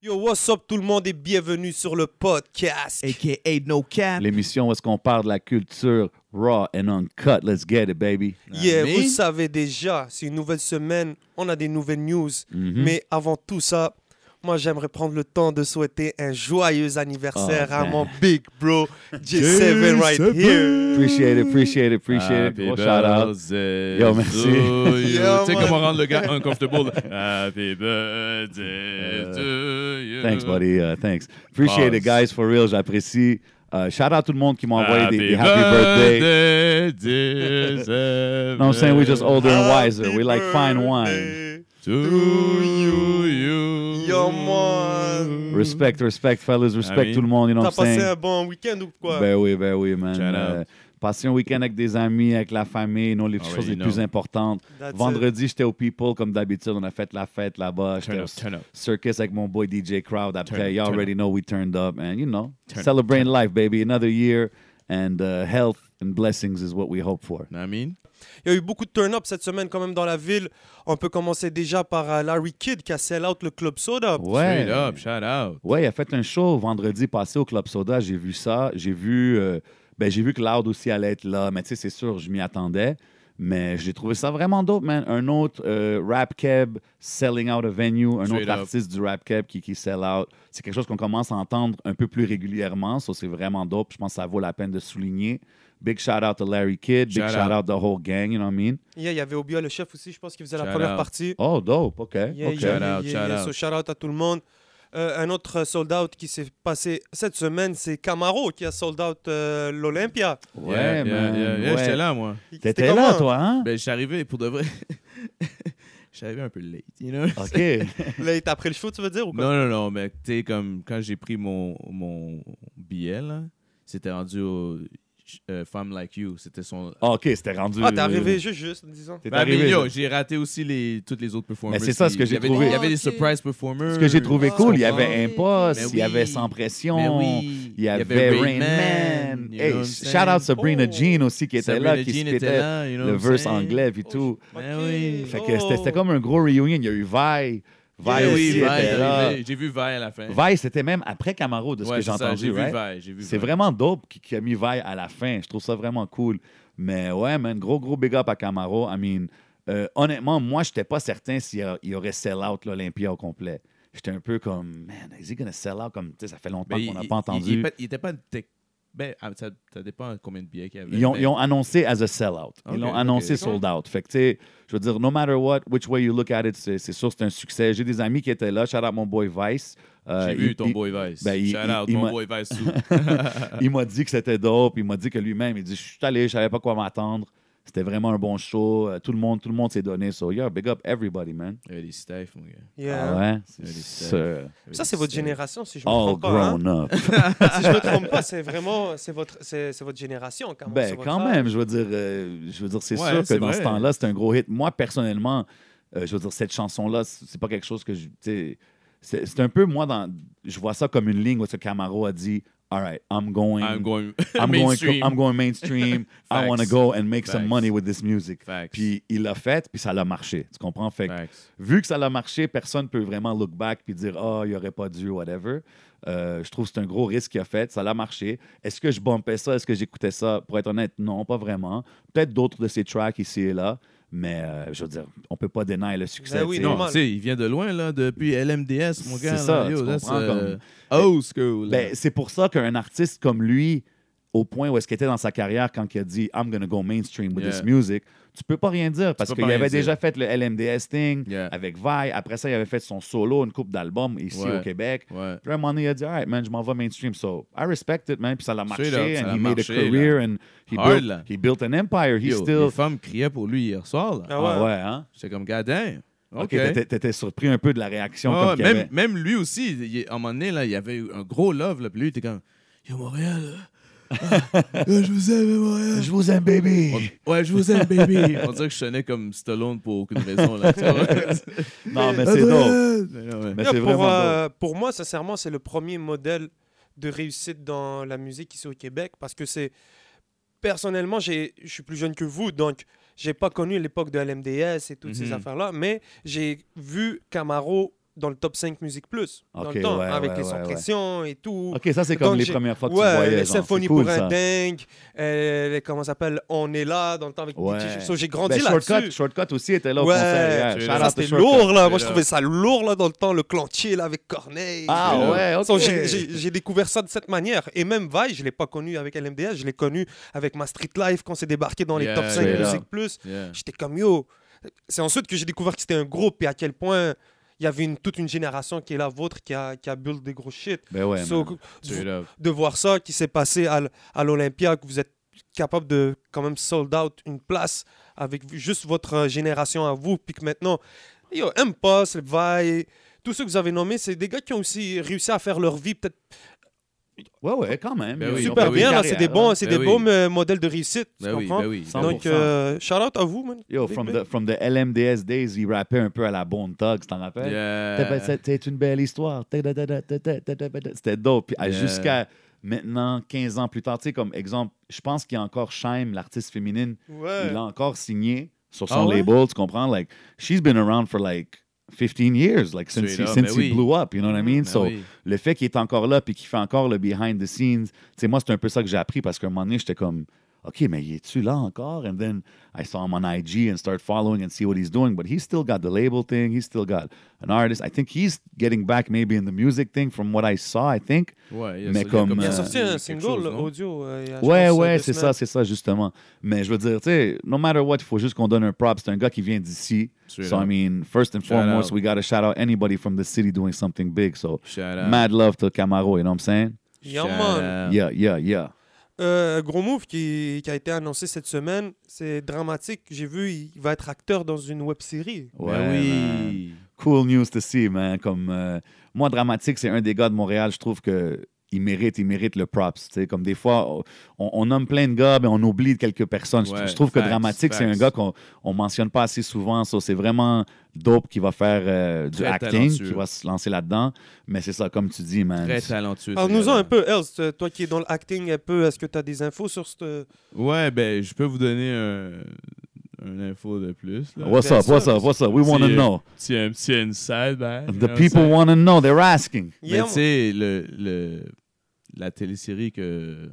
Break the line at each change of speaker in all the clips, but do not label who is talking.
Yo, what's up tout le monde et bienvenue sur le podcast.
AKA No Cap.
L'émission où est-ce qu'on parle de la culture raw and uncut. Let's get it, baby.
Yeah,
Ami.
vous savez déjà, c'est une nouvelle semaine, on a des nouvelles news.
Mhm.
Mais avant tout ça, moi j'aimerais prendre le temps de souhaiter un joyeux anniversaire
Oh,
à
man.
mon big bro J7 right here.
Appreciate it, appreciate it, appreciate it.
Happy
Gros shout out.
birthday
Ah. Yo, merci.
to Oh, you.
Yo,
tu sais
man.
comment rendre le gars uncomfortable. Happy birthday
Euh,
to you.
Thanks, buddy. Uh, thanks. Appreciate it,
Boss.
guys. For real, j'apprécie. Uh, shout out tout le monde qui m'a envoyé
Happy
des, des happy birthday. You
birthday, dear Seven.
know what I'm saying? We're just older and wiser.
Happy
We like fine wine. Mm.
birthday.
To you, you.
Yo, man.
Respect, respect, fellas. Respect
Ami.
tout le monde. You know
T'as
what I'm saying?
passé un bon week-end ou quoi?
Ben oui, ben oui, man.
Shout
Euh,
out. Ah
passer un week-end avec des amis, avec la famille, non, les
Already
choses les
know.
plus importantes.
That's it.
Vendredi, j'étais au People, comme d'habitude, on a fait la fête là-bas.
Turn
J'étais
up,
au
turn up.
circus avec mon boy DJ Crowd.
Turn
Après,
up,
you
turn
already know we turned up, and you know,
Turn up,
celebrating life, baby. Another year, and uh, health and blessings is what we hope for.
Know what I mean?
Il y a eu beaucoup de turn-up cette semaine quand même dans la ville. On peut commencer déjà par euh, Larry Kidd qui a sell out le club Soda.
Ouais.
Straight up, shout out.
Ouais, il a fait un show vendredi passé au Club Soda. J'ai vu ça. J'ai vu, euh, ben, j'ai vu que Loud aussi allait être là. Mais tu sais, c'est sûr, je m'y attendais. Mais j'ai trouvé ça vraiment dope, man. Un autre euh, rap keb selling out a venue, un
Straight
autre
up.
artiste du rap keb qui, qui sell out. C'est quelque chose qu'on commence à entendre un peu plus régulièrement. Ça, c'est vraiment dope. Je pense que ça vaut la peine de souligner. Big shout out to Larry Kidd. Big
Shout
shout out the whole gang, you know what I mean?
Yeah, il y avait Obia le chef aussi, je pense qu'il faisait la
Shout
première
out.
partie.
Oh, dope. OK.
Yeah,
OK.
yeah,
Shout
yeah,
out,
yeah,
shout
yeah.
out.
So, shout out à tout le monde. Euh, un autre sold out qui s'est passé cette semaine, c'est Camaro qui a sold out euh, l'Olympia.
Ouais,
yeah, yeah,
man.
yeah, yeah,
ouais.
J'étais là, moi.
C'était
T'étais là,
comment?
toi, hein?
Ben, je suis arrivé pour de vrai. Je suis arrivé un peu late, you know?
OK.
Là, t'as pris le show, tu veux dire ou quoi?
Non, non, non, mais tu sais, comme quand j'ai pris mon, mon billet, là, c'était rendu au euh, Femme Like You. C'était son.
Ah, OK, c'était rendu.
Ah, t'es arrivé juste, juste, disons.
T'es
Ben,
arrivé.
mais yo, j'ai raté aussi les, toutes les autres performers.
Mais c'est ça, ce
qui-
que j'ai
il y avait-
trouvé.
Il y avait des
Ok.
surprise performers.
Ce que j'ai trouvé
Ah,
cool, il y
je
avait
comprends.
Impost,
Mais
il y avait
oui.
Sans
Mais
Pression,
oui,
il y avait Rain Man.
you know
Hey,
what I'm
shout out
saying?
Sabrina
Oh.
Jean aussi qui était là,
Sabrina
qui
Jean
se
était
pétait
là, you know
le
what I'm
verse
saying?
anglais et tout.
Ben
Oh, Ok.
oui.
Fait que c'était c'était comme un gros reunion. Il y a eu Vi, Vi
Yeah,
aussi
Ben Oh. oui,
était
Vi,
là.
j'ai- j'ai vu Vi à la fin.
Vi, c'était même après Camaro, de ce
Ouais,
que j'ai
c'est ça,
entendu,
vu
right?
Vi, j'ai vu
C'est
Vi.
vraiment dope qui, qui a mis Vi à la fin. Je trouve ça vraiment cool. Mais ouais, man, gros, gros big up à Camaro. I mean, euh, honnêtement, moi, je n'étais pas certain s'il y a- il y aurait sell out l'Olympia au complet. J'étais un peu comme, man, is he gonna sell out? Comme, tu sais, ça fait longtemps
Ben,
qu'on n'a
il-
pas
Il, il,
entendu.
il était- il était pas. tec- Ben, ah, ça, ça dépend combien de billets qu'il y avait.
Ils ont,
mais-
ils ont annoncé as a sell-out. Ils
Ok,
l'ont
ok,
annoncé
ok.
sold out. Fait que, tu sais, je veux dire, no matter what, which way you look at it, c'est c'est sûr que c'est un succès. J'ai des amis qui étaient là. Shout out mon boy Vice. Euh,
J'ai
il-
vu ton
il-
boy Vice.
ben, il-
Shout
il-
out,
il
mon
m'a-
boy Vice. sous. Euh,
il m'a dit que c'était dope. Il m'a dit que lui-même, il dit, je suis allé, je savais pas quoi m'attendre. C'était vraiment un bon show. Euh, Tout le monde, tout le monde s'est donné. So, yeah, big up everybody, man.
Il y avait des staffs, mon gars.
Yeah.
Ah ouais?
Il y avait des
C'est
staffs.
sûr.
Il y avait
Ça,
des
c'est votre
staffs.
génération, si je me
All
trompe pas. hein.
grown up.
si je me trompe pas, c'est vraiment, c'est votre, c'est, c'est votre génération, Camaro. c'est
ben,
votre
quand
âge.
même, je veux dire, euh, je veux dire, c'est
Ouais,
sûr que
c'est
dans ce
vrai.
temps-là, c'est un gros hit. Moi, personnellement, euh, je veux dire, cette chanson-là, c'est c'est pas quelque chose que je. tu sais, C'est c'est un peu, moi, dans, je vois ça comme une ligne où ce Camaro a dit, All right, I'm going.
I'm going
I'm going,
mainstream.
I'm going mainstream. I
Facts.
want to go and make some
Facts.
money with this music.
Facts.
Puis il l'a fait, puis ça l'a marché. Tu comprends? Fait que,
Facts.
vu que ça l'a marché, personne ne peut vraiment look back puis dire Ah, il aurait pas dû, whatever. Euh, je trouve que c'est un gros risque qu'il a fait. Ça l'a marché. Est-ce que je bumpais ça? Est-ce que j'écoutais ça? Pour être honnête, non, pas vraiment. Peut-être d'autres de ses tracks ici et là, mais euh, je veux dire, on peut pas dénier le succès.
Ben oui,
tu sais.
Non,
normal.
tu sais, il vient de loin, là, depuis LMDS, mon
C'est
gars.
ça,
là,
tu
yo, that's,
comprends,
euh,
comme-
old school. là.
Ben, c'est pour ça qu'un artiste comme lui, au point où est-ce qu'il était dans sa carrière quand il a dit I'm gonna go mainstream with
Yeah.
this music, tu peux pas rien dire parce
peux
qu'il
pas rien
avait
dire.
déjà fait le LMDS thing
Yeah.
avec Vi. Après ça, il avait fait son solo, une coupe d'albums ici
Ouais.
au Québec.
ouais.
Puis à un moment donné, il a dit, all right, man, je m'en vais mainstream. So, I respect it, man. Puis ça l'a marché,
Straight up, ça
and
l'a
he made
marché,
a career, and he
Hard,
built,
là.
he built an empire. He
Yo,
still...
Les femmes criaient pour lui hier soir, là.
Ah ouais.
Ah ouais, hein?
J'étais comme, god damn.
OK,
OK.
t'étais- t'étais surpris un peu de la réaction
Ah,
comme qu'il y
même,
avait.
même lui aussi, il est- à un moment donné, là, il y avait eu un gros love, là, puis lui, il était comme, yo, Montréal, là. Ah, yo, je vous aime, Montréal.
Je vous aime, baby!
On- Ouais, je vous aime, baby. On dirait que je sonnais comme Stallone pour aucune raison. Là, tu vois.
Non, mais c'est dope.
Mais non, ouais.
Mais
Yeah,
c'est
pour,
vraiment dope.
euh, pour moi, sincèrement, c'est le premier modèle de réussite dans la musique ici au Québec parce que c'est. Personnellement, j'ai- je suis plus jeune que vous, donc j'ai pas connu l'époque de LMDS et toutes ces
Mhm.
affaires-là, mais j'ai vu Camaro dans le top 5 Musique Plus, dans
Ok,
le temps,
ouais,
avec
ouais,
les
ouais,
sans
ouais.
pression et tout.
Ok, ça, c'est comme
Donc,
les
j'ai-
premières fois que
ouais,
tu voyais.
les
genre, c'est
symphonies
cool,
pour un
ça.
dingue, euh, les- comment ça s'appelle, On est là, dans le temps avec
Ouais.
DJ So, j'ai
Ben,
grandi
shortcut,
là-dessus.
shortcut aussi était là au
Ouais,
concert. yeah.
tu es
Shout
là.
out
ça
to
c'était
Shortcut.
lourd là,
C'est
moi je
là.
trouvais ça lourd là dans le temps, le clantier là avec Corneille.
Ah
C'est là.
ouais, ok.
So, j'ai- j'ai j'ai découvert ça de cette manière. Et même Vaille, je l'ai pas connu avec LMDS, je l'ai connu avec ma Street Life quand c'est débarqué dans les
Yeah,
top 5
straight
Musique
up.
Plus.
Yeah.
J'étais comme yo. C'est ensuite que j'ai découvert que c'était un groupe et à quel point il y avait une, toute une génération qui est la vôtre qui a, qui a build des gros shit.
Ben ouais,
So,
man.
de,
Straight up.
de voir ça qui s'est passé à, l- à l'Olympia, que vous êtes capable de quand même sold out une place avec v- juste votre euh, génération à vous, puis que maintenant, yo, Impulse, Vaille, tous ceux que vous avez nommés, c'est des gars qui ont aussi réussi à faire leur vie peut-être
Ouais, ouais, quand même.
Ben
Ils ont
oui,
fait
super
ben
une
bien. là,
carrière,
c'est des bons, c'est
Ben
des
oui.
beaux euh, modèles de réussite, tu
Ben oui,
comprends?
ben oui.
Sans-
Donc,
100%.
euh, shout out à vous, man.
Yo,
Big,
from
big.
the, from the LMDS days, il rappait un peu à la Bone Thugs, t'en rappelles? T'es
Yeah.
ben- c'est- C'est une belle histoire. Ta- ta- ta- ta- ta- ta- ta- ta- ta- ta. C'était dope. Puis à-
Yeah.
jusqu'à maintenant, 15 ans plus tard, tu sais, comme exemple, je pense qu'il y a encore Shime, l'artiste féminine,
Ouais.
il a encore signé sur
Ah
son
ouais?
label, tu comprends? Like, she's been around for like 15 years, like since, he,
Straight up,
since
ben
he
oui. Mm-hmm.
blew up, you know what I mean?
Ben
so,
oui.
le fait qu'il est encore là puis qu'il fait encore le behind the scenes, tu sais, moi, c'est un peu ça que j'ai appris parce qu'à un moment donné, j'étais comme, OK, mais il est-tu là encore? And then I saw him on IG and start following and see what he's doing. But he's still got the label thing. He's still got an artist. I think he's getting back maybe in the music thing from what I saw, I think.
Ouais, il a
Mais
sorti-
comme,
Il a
euh,
sorti
quelque
un
chose,
single
non?
audio. euh, il y a, je
Ouais,
pense,
ouais,
deux
c'est ça,
semaines.
c'est ça, justement. Mais je veux dire, tu sais, no matter what, il faut juste qu'on donne un prop. C'est un gars qui vient d'ici.
Straight
so, I
up.
mean, first and
Shout out.
foremost, we got to shout out anybody from the city doing something big. So,
Shout out.
mad love to Camaro, you know what I'm saying?
Yeah,
Shout
man.
out.
Yeah, yeah, yeah.
Euh, gros move qui, qui a été annoncé cette semaine. C'est dramatique. J'ai vu, il va être acteur dans une web série.
Ouais,
Ben
man.
oui.
Cool news to see, man. Comme, euh, moi, Dramatique, c'est un des gars de Montréal. Je trouve que il mérite, il mérite le props. tu sais. Comme des fois, on, on nomme plein de gars, mais on oublie quelques personnes. Je-
Ouais,
je, trouve que
facts,
Dramatique, c'est un
facts.
gars qu'on on mentionne pas assez souvent. So, c'est vraiment dope qui va faire euh, du
Très
acting,
talentueux.
qui va se lancer là-dedans. Mais c'est ça, comme tu dis, man.
Très talentueux.
Alors,
ce
nous en
gars-là.
un peu, Else, toi qui es dans l'acting un peu, est-ce que tu as des infos sur ce.
Ouais, ben, je peux vous donner un, un info de plus. là.
What's
Bien
up, what's
sûr.
up, what's up? We want to
C'est-
know.
Petit, un petit inside, man. you know
The
what I'm
people
saying?
want to know. They're asking.
Mais
Yeah,
tu sais, le, le- la télésérie que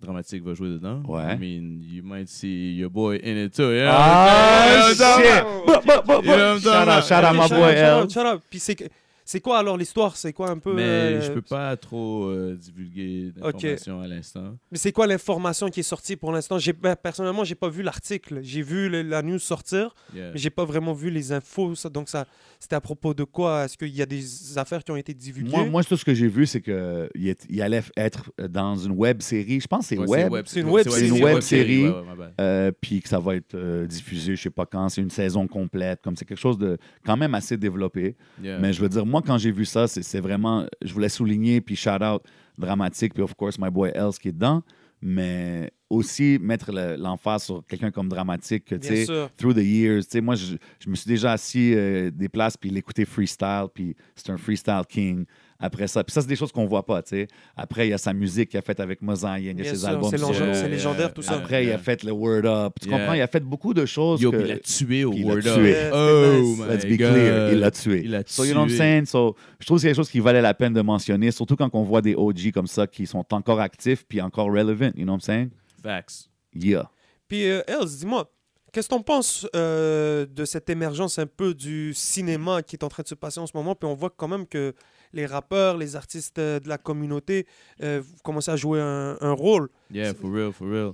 Dramatique va jouer dedans.
Ouais.
I mean, you might see your boy in it too. You know
Ah,
what I'm saying?
shit! Bah, bah, bah,
You know what
bah.
I'm
Shout out,
talking
shout out,
Ok,
my
Ah, shut up,
boy,
shut
L.
up, shut up. Puis c'est, que- c'est quoi alors l'histoire C'est quoi un peu.
Mais
euh,
je peux pas trop euh, divulguer d'informations à l'instant.
Mais c'est quoi l'information qui est sortie pour l'instant j'ai, ben, Personnellement, j'ai pas vu l'article. J'ai vu le- la news sortir,
Yeah.
mais j'ai pas vraiment vu les infos. ça. donc, ça, c'était à propos de quoi Est-ce qu'il y a des affaires qui ont été divulguées
Moi, moi, tout ce que j'ai vu, c'est qu'il il allait être dans une web série. Je pense que c'est
Ouais,
web.
C'est une web
ouais,
série.
C'est une web série.
Ouais, ouais, my bad.
euh, puis que ça va être euh, diffusé, je sais pas quand, c'est une saison complète, comme c'est quelque chose de quand même assez développé.
Yeah.
Mais je veux dire, moi, quand j'ai vu ça, c'est- c'est vraiment, je voulais souligner, puis shout out dramatique, puis of course, my boy Else qui est dedans, mais aussi mettre le- l'emphase sur quelqu'un comme dramatique, que, tu
Bien
sais,
sûr.
through the years. Tu sais, moi, je, je me suis déjà assis euh, des places puis l'écouter freestyle, puis c'est un freestyle king. Après ça, puis ça, c'est des choses qu'on voit pas, tu sais. Après, il y a sa musique qu'il a faite avec Mozaïen, il y a
Bien
ses
sûr,
albums.
c'est
solo.
légendaire, c'est légendaire, tout ça.
Après, il a
Yeah.
fait le Word Up. Tu
Yeah.
comprends? Il a fait beaucoup de choses
Yo,
que,
puis il l'a tué au
puis il l'a
Word
tué.
Up.
Yeah,
Oh,
c'était
my
let's be
God.
clear, il l'a tué.
Il l'a
So, you know what I'm
tué.
saying? So, je trouve que c'est quelque chose qui valait la peine de mentionner, surtout quand on voit des OG comme ça qui sont encore actifs puis encore relevant, you know what I'm saying?
Facts.
Yeah.
Puis, euh, Els, dis-moi, qu'est-ce que t'en penses euh, de cette émergence un peu du cinéma qui est en train de se passer en ce moment Puis on voit quand même que les rappeurs, les artistes euh, de la communauté euh, commencent à jouer un, un rôle.
Yeah,
C'est-
for real, for real.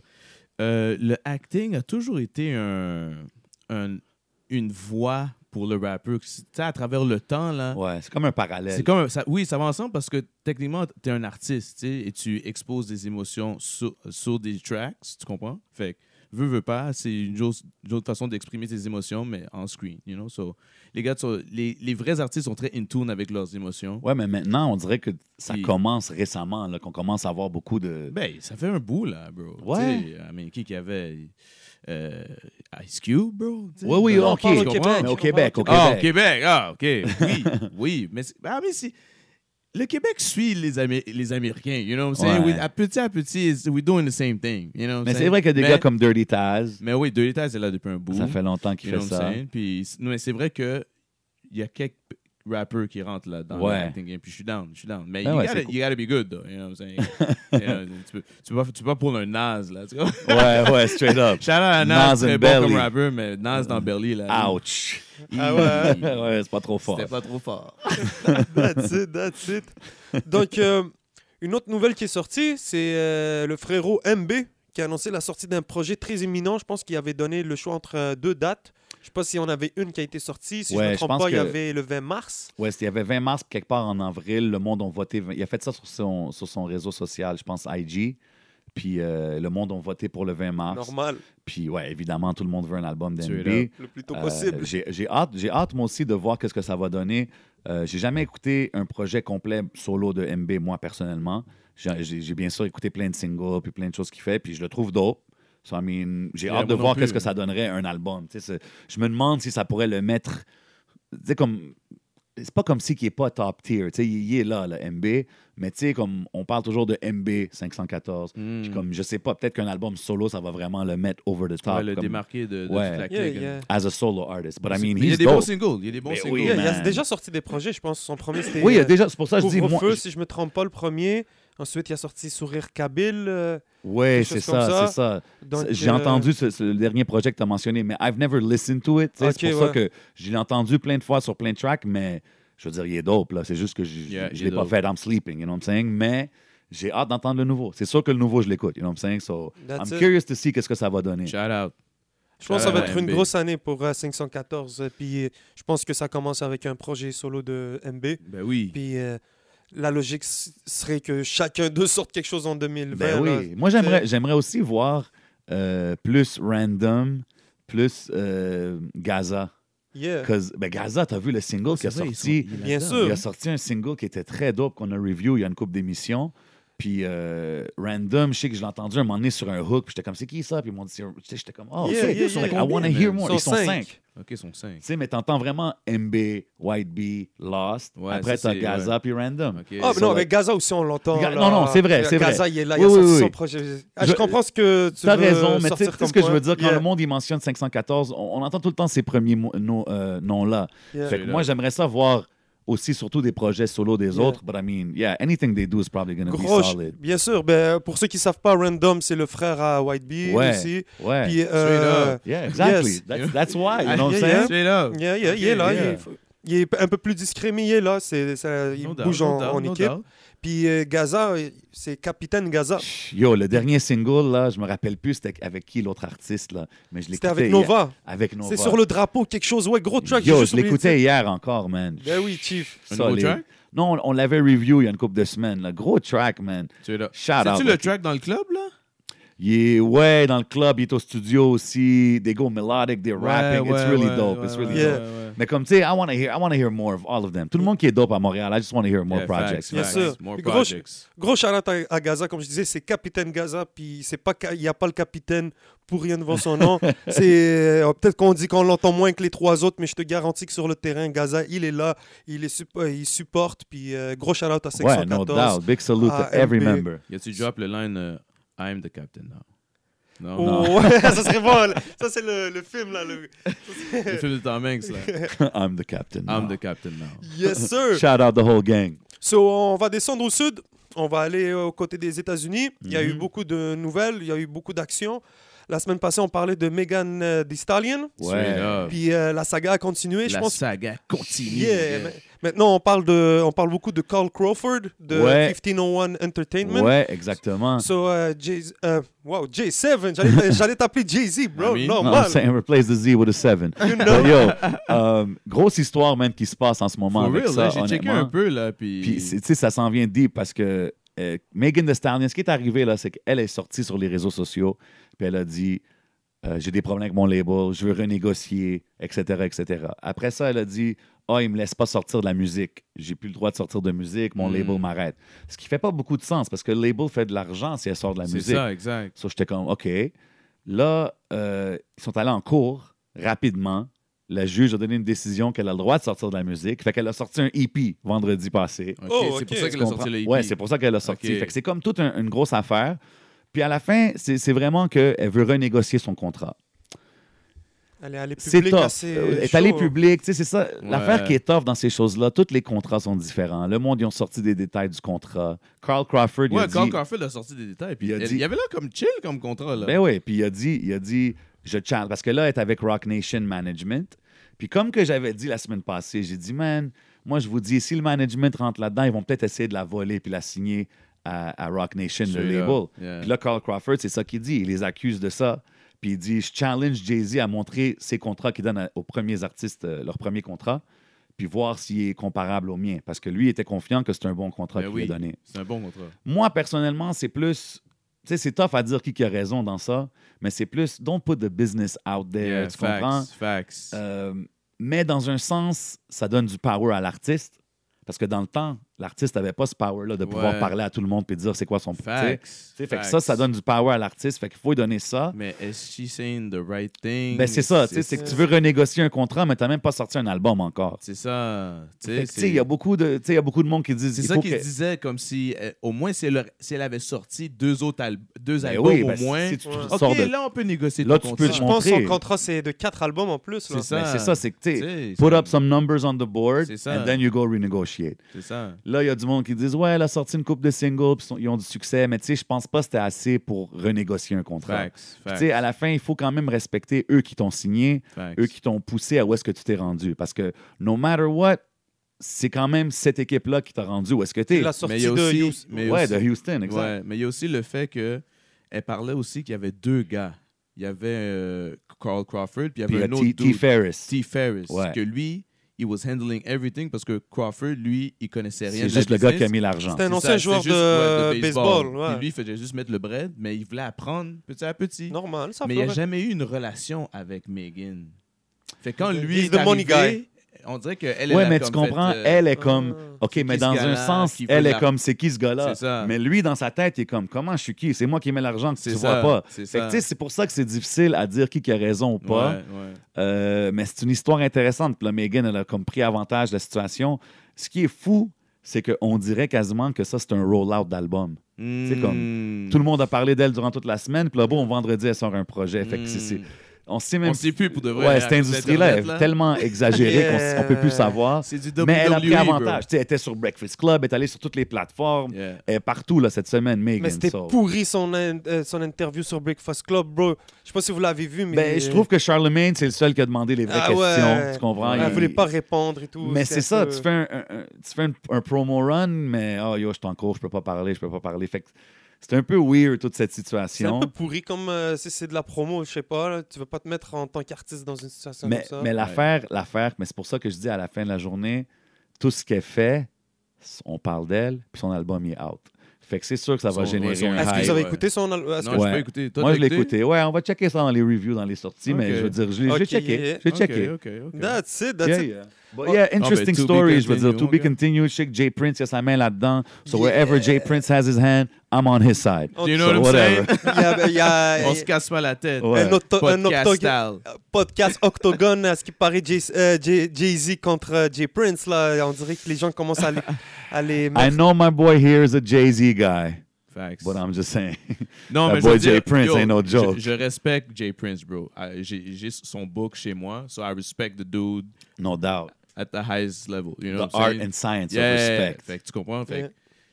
Euh, le acting a toujours été un, un- une voie pour le rappeur. Tu sais, à travers le temps, là,
Ouais, c'est comme un parallèle.
c'est comme un- ça, oui, ça va ensemble parce que techniquement, tu es un artiste tu sais, et tu exposes des émotions sur, sur des tracks, tu comprends? Fait que, veux, veux pas, c'est une, chose- une autre façon d'exprimer tes émotions, mais en screen, you know? So, les, gars, sont- les, les vrais artistes sont très in tune avec leurs émotions.
Ouais, mais maintenant, on dirait que ça
Puis-
commence récemment, là, qu'on commence à avoir beaucoup de.
Ben, ça fait un bout, là, bro.
Ouais.
Tu sais, I mean, qui qui avait euh, Ice Cube, bro? tu sais?
Ouais, oui,
Ben, on
ok.
parle
Je
au
comprends.
Québec.
Mais
on
au
parle
Québec,
au
au Québec.
Ah, au Québec. Ah, OK. Oui, oui. Mais, c'est- ah, mais c'est- le Québec suit les, Amé- les Américains, you know what I'm saying?
Ouais.
We- à petit à petit, it's- we're doing the same thing, you know what I'm
Mais c'est
saying?
vrai que des
Mais-
gars comme Dirty Taz,
Mais oui, Deux États, c'est là depuis un bout.
ça fait longtemps qu'il
You know
fait
what I'm
ça.
saying? Puis, non, mais c'est vrai que il y a quelques rapper qui rentre là dans
Ouais.
le acting game. Puis je suis down, je suis down. Mais
Ben
you,
ouais,
gotta,
c'est cool.
you gotta be good, though. You know what I'm saying? You know, tu, peux, tu, peux pas, tu peux pas prendre un Nas, là. Tu vois?
Ouais, ouais, straight up.
Shout out à Nas,
Nas
très
and
bon
Belly.
comme rappeur, mais Nas dans Belly, là.
Ouch.
il-
Ah ouais.
il-
ouais, c'est pas trop fort.
C'était pas trop fort.
That's it, that's it. Donc, euh, une autre nouvelle qui est sortie, c'est euh, le frérot MB qui a annoncé la sortie d'un projet très imminent. Je pense qu'il avait donné le choix entre euh, deux dates. Je sais pas si on avait une qui a été sortie. Si je
Ouais,
me
je
trompe
pense
pas, il y
que-
avait le 20 mars.
Ouais, c'était- il y avait 20 mars, puis quelque part en avril, le monde ont voté. Il a fait ça sur son, sur son réseau social, je pense IG. Puis euh, le monde ont voté pour le 20 mars.
Normal,
Puis ouais, évidemment, tout le monde veut un album
Straight
d'NB.
up.
le plus tôt
Euh,
possible.
j'ai j'ai hâte, j'ai hâte moi aussi de voir qu'est-ce que ça va donner. Euh, j'ai jamais écouté un projet complet solo de MB moi personnellement. J'ai j'ai- j'ai bien sûr écouté plein de singles puis plein de choses qu'il fait puis je le trouve dope. So, I mean, j'ai
Ouais,
hâte de
moi non
voir
plus. euh.
qu'est-ce que ça donnerait un album. Tu sais, c'est- Je me demande si ça pourrait le mettre. Tu sais comme c'est pas comme si qu'il est pas top tier. Tu sais, il, il est là le MB, mais tu sais comme on parle toujours de MB 514.
Hmm.
Puis comme je sais pas, peut-être qu'un album solo ça va vraiment le mettre over the top.
Ouais, le
comme-
démarquer de, de
Ouais.
toute la
Yeah,
clique.
yeah.
as a solo artist. But I mean,
Mais il y a
he's
des bons
dope.
singles. Il y a des bons
Mais
singles.
oui,
Yeah, il y a
man.
déjà sorti des projets. Je pense son premier, c'était
Oui, il y a
euh,
déjà. C'est pour ça que je dis moi.
Couvre-feu,
je-
si je me trompe pas, le premier. Ensuite, il a sorti Sourire Kabyle. euh,
Ouais,
quelque
c'est
chose comme ça.
ça, c'est ça.
donc,
J'ai
euh,
entendu ce- ce- le dernier projet que tu as mentionné, mais I've never listened to it. tu sais, c'est
Ok,
pour ça que j'ai entendu plein de fois sur plein de tracks, mais je veux dire, il est dope là. C'est juste que je,
Yeah,
je
il est
l'ai pas
dope.
fait. I'm sleeping, you know what I'm saying. Mais j'ai hâte d'entendre le nouveau. C'est sûr que le nouveau, je l'écoute, you know what I'm saying. So
That's
I'm
it.
curious to see qu'est-ce que ça va donner.
Shout out.
Je pense que ça va
Ouais,
être une
MB.
grosse année pour euh, 514. euh, Puis euh, je pense que ça commence avec un projet solo de MB.
Ben oui.
Puis euh, la logique s- serait que chacun d'eux sorte quelque chose en 2020.
Ben
là.
oui. Moi, j'aimerais, j'aimerais aussi voir euh, plus random, plus euh, Gaza.
Yeah.
Cause- ben, Gaza, t'as vu le single qui a
C'est vrai, ils sont-
sorti.
il est
Bien
là-dedans.
sûr.
Il a sorti un single qui était très dope qu'on a review il y a une couple d'émissions. Puis euh, Random, je sais que je l'ai entendu un moment donné sur un hook. puis J'étais comme, c'est qui ça? Puis ils m'ont dit, c'est- tu sais, j'étais comme, oh,
Yeah,
c'est-
yeah,
ils sont
yeah.
like, I want to hear more. Ils sont
cinq.
cinq.
Ok, ils sont cinq.
Tu sais, mais t'entends vraiment MB, White Bee, Lost.
Ouais,
Après,
ça,
t'as
c'est-
Gaza, puis Random.
Ok.
Ah, mais non,
So,
avec
like-
Gaza aussi, on l'entend.
Ga-
là.
non, non, c'est vrai, c'est vrai.
Gaza, il est là, il a
Oui, oui,
sorti son
oui.
projet. Ah, je,
Je-
comprends ce que tu
T'as
veux euh,
raison, mais tu sais
sortir
tu sais ce
comme
que je veux
point.
dire, quand
Yeah,
le monde il mentionne 514, on, on entend tout le temps ces premiers mo- no- euh, noms-là.
yeah.
Fait que moi, j'aimerais ça voir aussi, surtout des projets solo des
Yeah.
autres. But I mean, yeah, anything they do is probably going to be
Gros,
solid.
bien sûr. Ben, pour ceux qui savent pas, Random, c'est le frère à White Bee
Ouais.
aussi.
Ouais.
Puis, euh,
yeah, exactly.
yes.
That's, that's why.
Ah,
You know what I'm
yeah, yeah.
saying?
Tu es là.
yeah, yeah,
Ok,
il est là.
yeah.
Il, est, il est un peu plus discret, mais il est là. C'est, ça- il
No doubt,
bouge en,
no doubt,
en
no
équipe.
doubt.
Puis euh, Gaza, euh, c'est Capitaine Gaza.
Chut, Yo, le dernier single, là, je me rappelle plus c'était avec qui l'autre artiste, là. Mais je
C'était
l'écoutais.
avec
hier-
Nova.
avec Nova.
C'est sur le drapeau, quelque chose. Ouais, gros track. j'ai
Yo,
juste
je
oublié de
l'écoutais hier encore, man.
dire. Ben oui, Chief.
Un nouveau
Solide.
track?
Non, on, on l'avait review il y a une couple de semaines. Là. Gros track, man.
Tu es là.
Shout out,
C'est-tu le
Lucky.
track dans le club, là?
Il est, ouais, dans le club, il est au studio aussi. They go melodic, they rapping.
Ouais,
It's
ouais,
really
ouais,
dope.
ouais,
It's really
ouais,
dope.
ouais, ouais.
Mais comme, tu sais, I want to hear, I wanna hear more of all of them. Tout le monde qui est dope à Montréal, I just want to hear more
Yeah,
projects.
facts,
Bien
facts.
sûr.
More
Gros-
projects.
Gros shout-out à, à Gaza, comme je disais, c'est Capitaine Gaza. Puis c'est pas, ca- il n'y a pas le capitaine pour rien devant son nom. c'est euh, peut-être qu'on dit qu'on l'entend moins que les trois autres, mais je te garantis que sur le terrain, Gaza, il est là, il est, sup- euh, il supporte. Puis euh, gros shout-out à
Ouais, no
514.
doubt. Big salute
Ah,
to every
MP.
member.
Y a-tu drop le line euh, I'm the captain now? Non,
Oh,
non.
ouais, ça serait bon. Ça, c'est le, le film, là. le-
Le film de Tom Hanks, là.
I'm the captain.
I'm
now.
the captain now.
Yes, sir.
Shout out the whole gang.
So, on va descendre au sud. On va aller euh, aux côtés des États-Unis. Il y a eu
Mhm.
beaucoup de nouvelles, il y a eu beaucoup d'actions. La semaine passée, on parlait de Megan euh, Thee Stallion.
Straight
Ouais.
up.
Puis euh, la saga a continué. Je
La
pense.
saga continue.
Yeah, ma- Maintenant, on parle, de, on parle beaucoup de Carl Crawford de
Ouais.
1501 Entertainment.
Ouais, exactement.
So, euh, Jay, euh, wow, J7, j'allais- euh, j'allais t'appeler Jay-Z, bro.
Ami.
Non,
Normal.
I'm saying replace the Z with a 7. But yo, euh, grosse histoire même qui se passe en ce moment
For
avec
real,
ça,
là, j'ai checké
honnêtement.
un peu, là, puis...
Puis, c'est- tu sais, ça s'en vient deep parce que euh, Megan Thee Stallion, ce qui est arrivé, là, c'est qu'elle est sortie sur les réseaux sociaux, puis elle a dit euh, J'ai des problèmes avec mon label, je veux renégocier, etc., etc. Après ça, elle a dit Ah, oh, ils me laissent pas sortir de la musique. J'ai plus le droit de sortir de musique, mon
Mm.
label m'arrête. Ce qui fait pas beaucoup de sens parce que le label fait de l'argent si elle sort de la
C'est
musique.
ça, exact.
So, j'étais comme, OK. Là, euh, ils sont allés en cours rapidement. La juge a donné une décision qu'elle a le droit de sortir de la musique. Fait qu'elle a sorti un EP vendredi passé.
Ok,
Oh,
C'est
ok.
pour ça
Tu
qu'elle a
comprends?
sorti le EP.
Ouais, c'est pour ça qu'elle a sorti.
Ok.
Fait que c'est comme toute un- une grosse affaire. Puis à la fin, c'est c'est vraiment qu'elle veut renégocier son contrat.
Elle est allée
C'est
publique
tough.
assez
Euh, Est
chaud.
allé public, tu sais, c'est ça. L'affaire
Ouais.
qui est tough dans ces choses-là, tous les contrats sont différents. Le monde, ils ont sorti des détails du contrat. Carl Crawford, il a
Ouais, quand
dit...
Carfield a sorti des détails, puis
Il a
il,
dit-
il y avait là comme chill comme contrat. Là.
Ben oui, puis il a dit, il a dit, je challenge. Parce que là, elle est avec Rock Nation Management. Puis comme que j'avais dit la semaine passée, j'ai dit, man, moi, je vous dis, si le management rentre là-dedans, ils vont peut-être essayer de la voler puis la signer à, à Rock Nation, le
Celui-là.
label.
euh, Yeah.
Puis là, Carl Crawford, c'est ça qu'il dit. Il les accuse de ça. Puis il dit, je challenge Jay-Z à montrer ses contrats qu'il donne à- aux premiers artistes, euh, leur premier contrat, puis voir s'il est comparable au mien. Parce que lui, il était confiant que c'est un bon contrat
Ben
qu'il
oui.
lui a donné.
C'est un bon contrat.
Moi, personnellement, c'est plus. Tu sais, c'est tough à dire qui, qui a raison dans ça, mais c'est plus don't put the business out there.
Yeah,
ben, tu
facts,
comprends?
Facts.
Euh, mais dans un sens, ça donne du power à l'artiste. Parce que dans le temps, l'artiste n'avait pas ce power-là de pouvoir
Ouais.
parler à tout le monde et dire c'est quoi son. tu sais.
facts.
Tu sais, Fait que ça,
facts.
ça donne du power à l'artiste. Fait qu'il faut lui donner ça.
Mais est-ce she saying the right thing?
Ben, c'est ça. tu sais, C'est que tu veux renégocier un contrat, mais tu n'as même pas sorti un album encore.
C'est ça. tu
Fait
sais,
que, tu sais,
c'est-
Il y a beaucoup de tu sais, il y a beaucoup de monde qui disent
C'est
il
ça
faut
qu'il
que-
disait, comme si, euh, au moins, si elle, si elle avait sorti deux autres al- deux
Ben
albums,
oui,
au
ben, si-
moins.
si tu
Ouais.
Ok,
sors de-
là, on peut négocier
Là,
ton
tu
Mais
peux
contrat.
Je
montrer.
pense que son contrat, c'est de quatre albums en plus. là.
C'est ça.
Mais Ben, c'est ça, c'est que tu sais,
Tu sais,
put
c'est-
up some numbers on the board,
C'est ça.
and then you go renegotiate.
C'est ça.
Là, il y a du monde qui disent Ouais, elle a sorti une coupe de singles, puis son- ils ont du succès, mais tu sais, je pense pas que c'était assez pour renégocier un contrat.
Facts.
Puis,
Facts.
Tu sais, à la fin, il faut quand même respecter eux qui t'ont signé,
facts.
eux qui t'ont poussé à où est-ce que tu t'es rendu. Parce que no matter what, c'est quand même cette équipe-là qui t'a rendu où est-ce que t'es.
La sortie
il y a
de
aussi-
Youth.
mais
ouais,
aussi-
de Houston, exact.
Ouais, mais il y a aussi le fait que elle parlait aussi qu'il y avait deux gars. Il y avait euh, Carl Crawford, puis il y
Puis il y
avait
a
un autre
T. T.
dude,
Ferris.
T. Ferris,
Ouais.
que lui, he was handling everything parce que Crawford, lui, il connaissait rien.
C'est
de la
juste le gars qui a
business.
mis l'argent.
C'était un
C'est
ancien
ça,
joueur
c'est juste,
de,
ouais, de
baseball. ouais.
Puis lui, il faisait juste mettre le bread, mais il voulait apprendre petit à petit.
Normal, ça
mais il n'y a
Florent.
jamais eu une relation avec Megan. Fait que quand lui
He's
est
the money
arrivé, on dirait qu'elle
Ouais, mais tu comprends,
euh,
elle est
Ah.
comme.
Ah.
OK, mais
qui
dans
ce
un
gars-là
sens,
qui veut
elle
de
est
la-
comme c'est qui ce gars-là?
C'est ça.
Mais lui, dans sa tête, il est comme comment je suis qui? C'est moi qui mets l'argent que tu
C'est
vois
ça,
pas.
c'est
Fait que,
ça.
tu sais, C'est pour ça que c'est difficile à dire qui qui a raison ou pas. Euh, mais c'est une histoire intéressante. Puis là, Megan, elle a comme pris avantage de la situation. Ce qui est fou, c'est qu'on dirait quasiment que ça, c'est un roll-out d'album. C'est
comme
Tout le monde a parlé d'elle durant toute la semaine. Puis là, bon, vendredi, elle sort un projet. Fait que c'est- c'est- on sait
Mm. On
même
ne sait plus pour de vrai. hein,
Ouais, cette
avec
industrie-là est
Internet, là.
tellement exagérée qu'on s- on peut plus savoir.
C'est du
Mais elle a pris
WWE,
avantage. Tu sais, Elle était sur Breakfast Club, elle est allée sur toutes les plateformes,
bro. Yeah.
elle est partout là, cette semaine, Megan.
Mais c'était
so.
pourri son, in- euh, son interview sur Breakfast Club, bro. Je sais pas si vous l'avez vu, mais.
Ben, je trouve que Charlemagne, c'est le seul qui a demandé les vraies
Ah
questions.
ouais.
Tu comprends?
Elle
Il-
voulait pas répondre et tout.
Mais c'est
un
ça,
peu-
tu fais un, un- un- tu fais un, un promo run, mais oh yo, je suis en cours, je peux pas parler, je peux pas parler. Fait que c'est un peu weird toute cette
C'est un
situation.
peu pourri comme euh, si c'est de la promo, je sais pas. là. Tu veux pas te mettre en tant qu'artiste dans une situation
Mais,
comme ça.
mais l'affaire, l'affaire, mais c'est pour ça que je dis à la fin de la journée, tout ce qu'elle fait, on parle d'elle, puis son album il est out. Fait que c'est sûr que ça va
Son-
générer
ouais, son-
un
Est-ce que
hype.
vous avez
Ouais.
écouté son. al- est-ce
Non,
que-
je
Ouais.
peux écouter. Toi,
Moi,
t'as
je l'ai écouté. Ouais, on va checker ça dans les reviews, dans les sorties, mais
Ok.
je veux dire, je l'ai je l'ai
Ok.
checké. Je l'ai
Ok,
checké.
ok, ok.
That's it, that's
Yeah,
it.
yeah. But yeah, interesting
oh, to be
story, je veux dire.
continued,
To be
ok.
continued, je sais que Jay Prince, il a sa main là-dedans. So wherever Jay Prince has his hand, I'm on his side.
Oh,
Do you know
So,
what I'm
whatever.
saying?
Il y a- il y a-
On se casse pas la tête.
Ouais.
un octo- un
Podcast
octogone- euh,
style.
podcast Octogone, à ce qui paraît Jay- euh, Jay- Jay-Z contre euh, Jay Prince. Là. On dirait que les gens commencent à les, à les
I
mettre.
know my boy here is a Jay-Z guy,
Facts.
but I'm just saying.
Non,
That
mais je
boy
veux dire,
Jay Prince
yo,
ain't no joke.
Je, je respecte Jay Prince, bro. I- J'ai j'ai son book chez moi, so I respect the dude
No doubt.
at the highest level. You know
The
what I'm
art
saying?
and science
Yeah,
of respect.
Fait que tu comprends? Fait que
Yeah.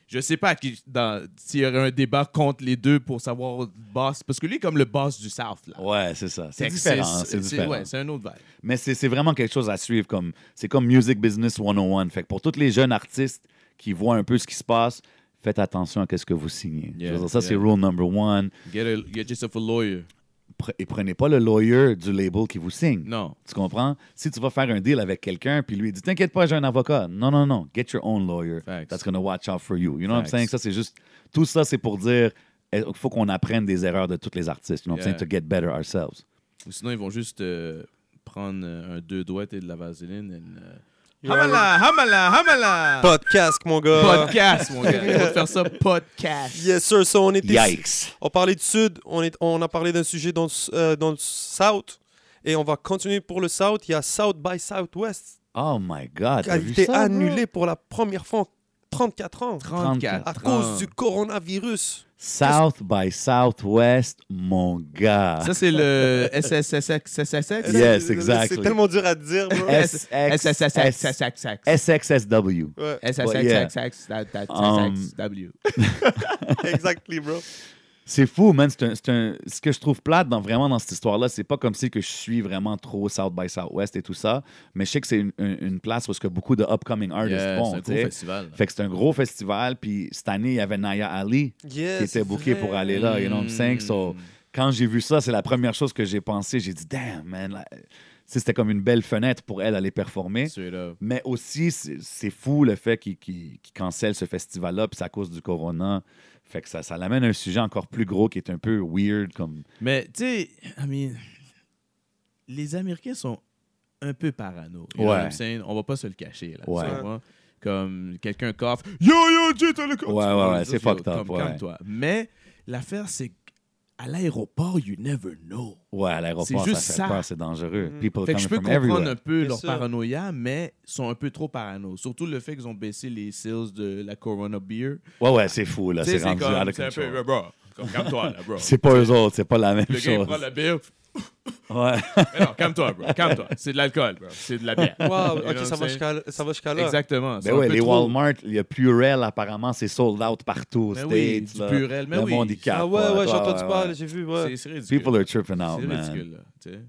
Je sais pas qui- dans- s'il y aurait un débat contre les deux pour savoir le boss. Parce que lui, est comme le boss du South, là.
Ouais, c'est ça. C'est
Texas,
différent. C'est différent.
Ouais, c'est un autre vibe.
Mais c'est c'est vraiment quelque chose à suivre. comme C'est comme Music Business 101. Fait que pour tous les jeunes artistes qui voient un peu ce qui se passe, faites attention à ce que vous signez. Je veux
Yeah,
dire, ça, c'est
yeah.
rule number one.
Get, a- get yourself a lawyer.
Pre- et prenez pas le lawyer du label qui vous signe.
Non.
Tu comprends? Si tu vas faire un deal avec quelqu'un, puis lui il dit T'inquiète pas, j'ai un avocat. Non, non, non. Get your own lawyer.
Facts.
That's gonna watch out for you. You know what I'm
Facts.
saying? Ça, c'est juste. Tout ça, c'est pour dire eh, il faut qu'on apprenne des erreurs de tous les artistes. You know what I'm
Yeah.
saying? To get better ourselves.
Ou sinon, ils vont juste euh, prendre euh, un deux doigts et de la vaseline. and, euh,
Yeah.
Hamala, hamala, hamala!
Podcast, mon gars.
Podcast, mon gars. On va te faire ça podcast.
Yes, sir. So, on, était,
Yikes!
on parlait du Sud. On, est, on a parlé d'un sujet dans, le s- euh, dans le South. Et on va continuer pour le South. Il y a South by South West
Oh my God!
qui
t'as
a
vu
été
ça, bro?
annulé pour la première fois en 34 ans
34.
à cause du coronavirus.
South by Southwest, mon gars.
Ça, c'est le SSSX.
Yes,
C'est-
exactly.
C'est tellement dur à dire, bro.
Eh.
SSSX.
SXSW.
Ouais,
Um,
SSSX.
exactly, bro.
C'est fou, man. C'est un- c'est un- ce que je trouve plate dans, vraiment dans cette histoire-là, c'est pas comme si que je suis vraiment trop South by Southwest et tout ça, mais je sais que c'est une, une- une place où ce que beaucoup de upcoming artists
Yeah,
vont.
c'est un
tu
gros
sais.
festival.
Fait que c'est un gros festival, puis cette année, il y avait Naya Ali
Yes,
qui était bookée
vrai.
pour aller là, you know what I'm saying? So,
Mm.
quand j'ai vu ça, c'est la première chose que j'ai pensé. J'ai dit, damn, man. là, tu sais, C'était comme une belle fenêtre pour elle aller performer.
Celui-là.
Mais aussi, c'est c'est fou le fait qu'il qu'il- qu'il cancelle ce festival-là, puis c'est à cause du corona. Fait que ça, ça l'amène à un sujet encore plus gros qui est un peu weird. comme
Mais tu sais, I mean, les Américains sont un peu parano. You
Ouais.
know what I'm saying? On va pas se le cacher. Là, tu
Ouais.
comprends? Comme quelqu'un coffre, Yo, yo, Jay, t'as le coffre.
Ouais, ouais, ouais, c'est fucked up, ouais.
toi. Mais l'affaire, c'est qu'à l'aéroport, you never know.
Ouais, à l'aéroport,
C'est
ça
juste
fait
ça.
peur, c'est dangereux.
Mm.
People
Fait que je
coming
peux
from
comprendre un
everywhere.
peu
C'est
leur
ça.
paranoïa, mais sont un peu trop parano. Surtout le fait qu'ils ont baissé les sales de la Corona Beer.
Ouais, ouais, c'est fou, là.
Tu sais,
C'est
c'est
rendu out
comme,
of
c'est un
control.
peu, bro, comme, calme-toi, là, bro.
C'est pas eux autres, c'est pas la même
Le gars, il prend
chose.
la bière,
Ouais. Ben
Mais non, calme-toi, bro. Calme-toi. C'est de l'alcool, bro. C'est de la bière.
Wow,
You know
ok, ça va
what I'm saying?
jusqu'à ça va jusqu'à là.
Exactement. C'est
Ben
un
ouais,
peu
les
trop.
Walmart, il y a Purell, apparemment, c'est sold out partout aux
Ben
States.
oui, du
là.
Purell, mais
le
oui.
monde, il
Ah
capote.
ouais, ouais, j'ai
Ouais,
entendu
ouais,
parler,
ouais.
j'ai vu,
C'est
ouais.
c'est ridicule.
People are tripping
C'est
out, man.
ridicule, là. tu sais.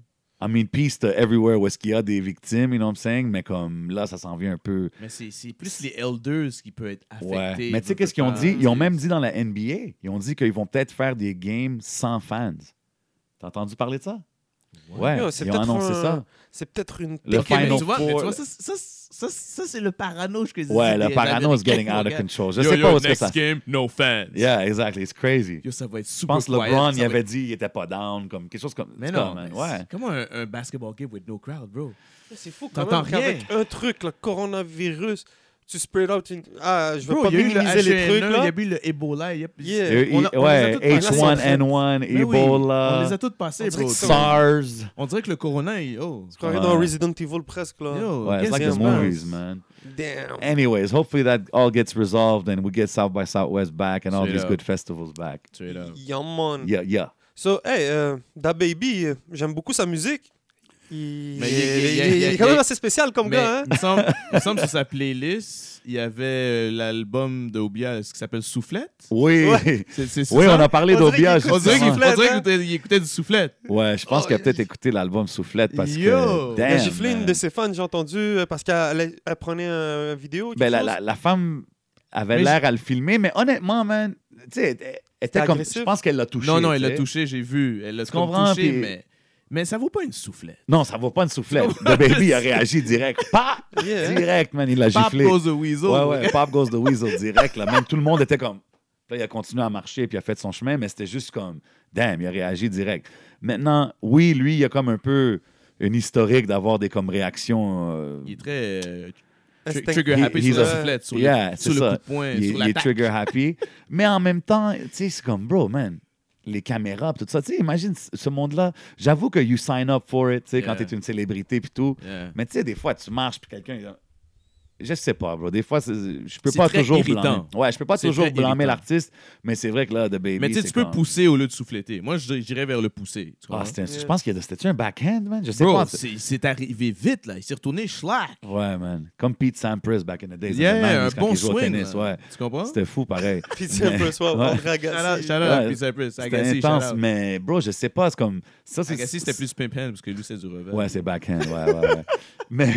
I mean, peace to everywhere où est-ce qu'il y a des victimes, you know what I'm saying? Mais comme là, ça s'en vient un peu.
Mais c'est c'est plus les elders qui peuvent être affectés.
Ouais. Mais tu sais, qu'est-ce qu'ils ont dit? Ils ont même dit dans la NBA, ils ont dit qu'ils vont peut-être faire des games sans fans. T'as entendu parler de ça? Ouais,
Ouais, c'est
ils ont
peut-être
annoncé
un-
ça.
C'est peut-être une technique.
Le
Ok, mais
Final
tu vois, mais
Four,
tu vois,
là.
ça, ça, ça, ça, c'est le parano, je dis.
Ouais, le
des
parano is
Américains,
getting out of
regarde.
control. Je
Yo,
sais
yo,
pas où est-ce que
next
ça.
game, no fans.
Yeah, exactly. It's crazy.
Yo, ça va être
Je
super
pense que
quiet,
LeBron,
ça
il
va
avait
être-
dit il était pas down, comme quelque chose comme.
Mais
c'est
non,
comme, man,
mais
ouais.
c'est comment un, un basketball game with no crowd, bro?
C'est fou quand
T'entends
même qu'avec un truc, le coronavirus, tu spread out une... Ah, je veux
Bro,
pas
il y a eu le
minimiser les trucs,
H1N1, il y
là.
a eu le Ebola, il y a...
Yeah.
Et-
on a- on les a
E- ouais,
toutes passées.
H1N1,
Mais oui, on les
Ebola,
a toutes
On
passées,
dirait
bro.
que c'est-
SARS.
On dirait que le corona, il... Oh,
C'est carré
Ouais.
dans Resident Evil presque, là.
Yo,
Ouais, it's
guess
like the
what's bad.
movies, man.
Damn.
Anyways, hopefully that all gets resolved and we get South by Southwest back and all
Straight
these
up.
good festivals back.
Tu es là.
Yeah, man.
Yeah, yeah.
So, hey, euh, Da Baby, euh, j'aime beaucoup sa musique. Il...
Mais il- il-
il-
il-
il est
il-
quand
il-
même assez spécial comme
Mais
gars, hein?
il, me semble, il me semble que sur sa playlist, il y avait euh, l'album de Obia ce qui s'appelle Soufflette.
Oui.
C'est, c'est, c'est
Oui,
ça?
on a parlé
On dirait
d'Obia
qu'il
On dirait qu'il,
justement.
Soufflette,
on dirait
hein?
qu'il écoutait- il écoutait du Soufflette.
Ouais, je pense
Oh,
qu'il a peut-être écouté l'album Soufflette parce
Yo!
que
Il a
damn.
giflé une
man.
de ses fans, j'ai entendu, euh, parce qu'elle elle- elle prenait un vidéo. quelque
Ben, la,
chose.
la, la femme avait
Mais
l'air à le filmer, mais honnêtement, man, tu sais, elle- elle était comme.
agressif.
Je pense qu'elle l'a touché.
non, non,
tu
elle l'a
sais.
touché, j'ai vu. Elle l'a
Tu
comme
comprends,
touché,
puis-
mais, mais ça vaut pas une Soufflette.
Non, ça vaut pas une soufflette. Le baby il a réagi direct. Pas
Yeah. hein.
direct, man, il l'a
Pop
giflé.
goes the weasel.
Ouais, ouais, Pop Goes the Weasel direct. Là, même tout le monde était comme. Là, il a continué à marcher puis il a fait son chemin, mais c'était juste comme. Damn, il a réagi direct. Maintenant, oui, lui, il a comme un peu une historique d'avoir des comme réactions. euh,
Il est très euh, tr-
Instinct-
trigger happy
He's
sur la
a-
Soufflette, sur,
Yeah,
le,
c'est
sur le
ça.
coup de poing,
il, est-
sur
il est
l'attaque.
trigger happy. Mais en même temps, tu sais, c'est comme, bro, man, les caméras pis tout ça. Tu sais, imagine c- ce monde-là. J'avoue que you sign up for it, tu sais, quand
Yeah.
t'es une célébrité puis tout.
Yeah.
Mais tu sais, des fois, tu marches puis quelqu'un. il- Je sais pas, bro. Des fois, c'est- je peux
C'est
pas
très
toujours
irritant.
blâmer. Ouais, je peux pas
C'est
toujours
très
blâmer
irritant.
l'artiste, mais c'est vrai que là, The Baby.
Mais tu sais,
c'est
tu peux
comme-
pousser au lieu de souffleter. Moi, je- j'irais vers le pousser.
Ah,
tu comprends?
c'était un-
Yeah.
Je pense qu'il y a de. C'était-tu un backhand, man? Je sais
Bro,
pas.
c'est c'est arrivé vite, là. Il s'est retourné schlack.
Ouais, man. Comme Pete Sampras back in the days. in the
Yeah,
90s,
un
quand
bon
il jouait au
swing.
tennis,
là. Hein?
ouais.
Tu comprends?
C'était fou, pareil.
Puis c'est un peu soi,
Ouais.
Andre
Shout-out-
Agassi.
shout-out à
Ouais,
Pete Sampras.
C'était
Agassi,
intense,
shout-out.
mais bro, je sais pas. C'est comme. Ça, c'est.
Agassi, c'était plus Pimpin parce que lui, c'est du revers.
Ouais, c'est backhand. Ouais, ouais, ouais. mais,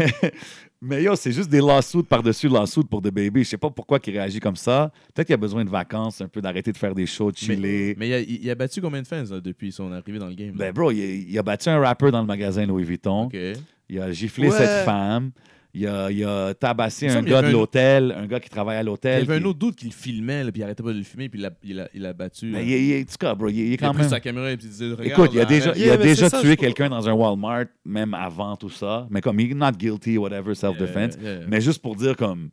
mais yo, c'est juste des lawsuits par-dessus lawsuits pour The Baby. Je sais pas pourquoi il réagit comme ça. Peut-être qu'il a besoin de vacances, un peu d'arrêter de faire des shows, de chiller.
Mais il a, il a battu combien de fans là, depuis son arrivée dans le game? là?
Ben, bro, il, il a battu un rappeur dans le magasin Louis Vuitton.
OK.
Il a giflé
Ouais.
cette femme. Il a, il a tabassé
Il me
un
semble qu'il y
gars de
avait un-
l'hôtel, un gars qui travaille à
Il y
l'hôtel.
avait un
qui-
autre doute qui le filmait, là, puis il arrêtait pas de le filmer, puis il a, il a, il a battu. là.
Mais Ben, il, il- en tout cas, bro, il, il est
Il a
quand
pris
même.
sa caméra et puis il disait Regarde,
Écoute, il a
là,
déjà,
arrête.
il a
Yeah, mais
déjà
c'est ça,
tué
je-
quelqu'un dans un Walmart, même avant tout ça. Mais comme, il not guilty, whatever, self-defense.
Yeah, yeah.
Mais juste pour dire, comme,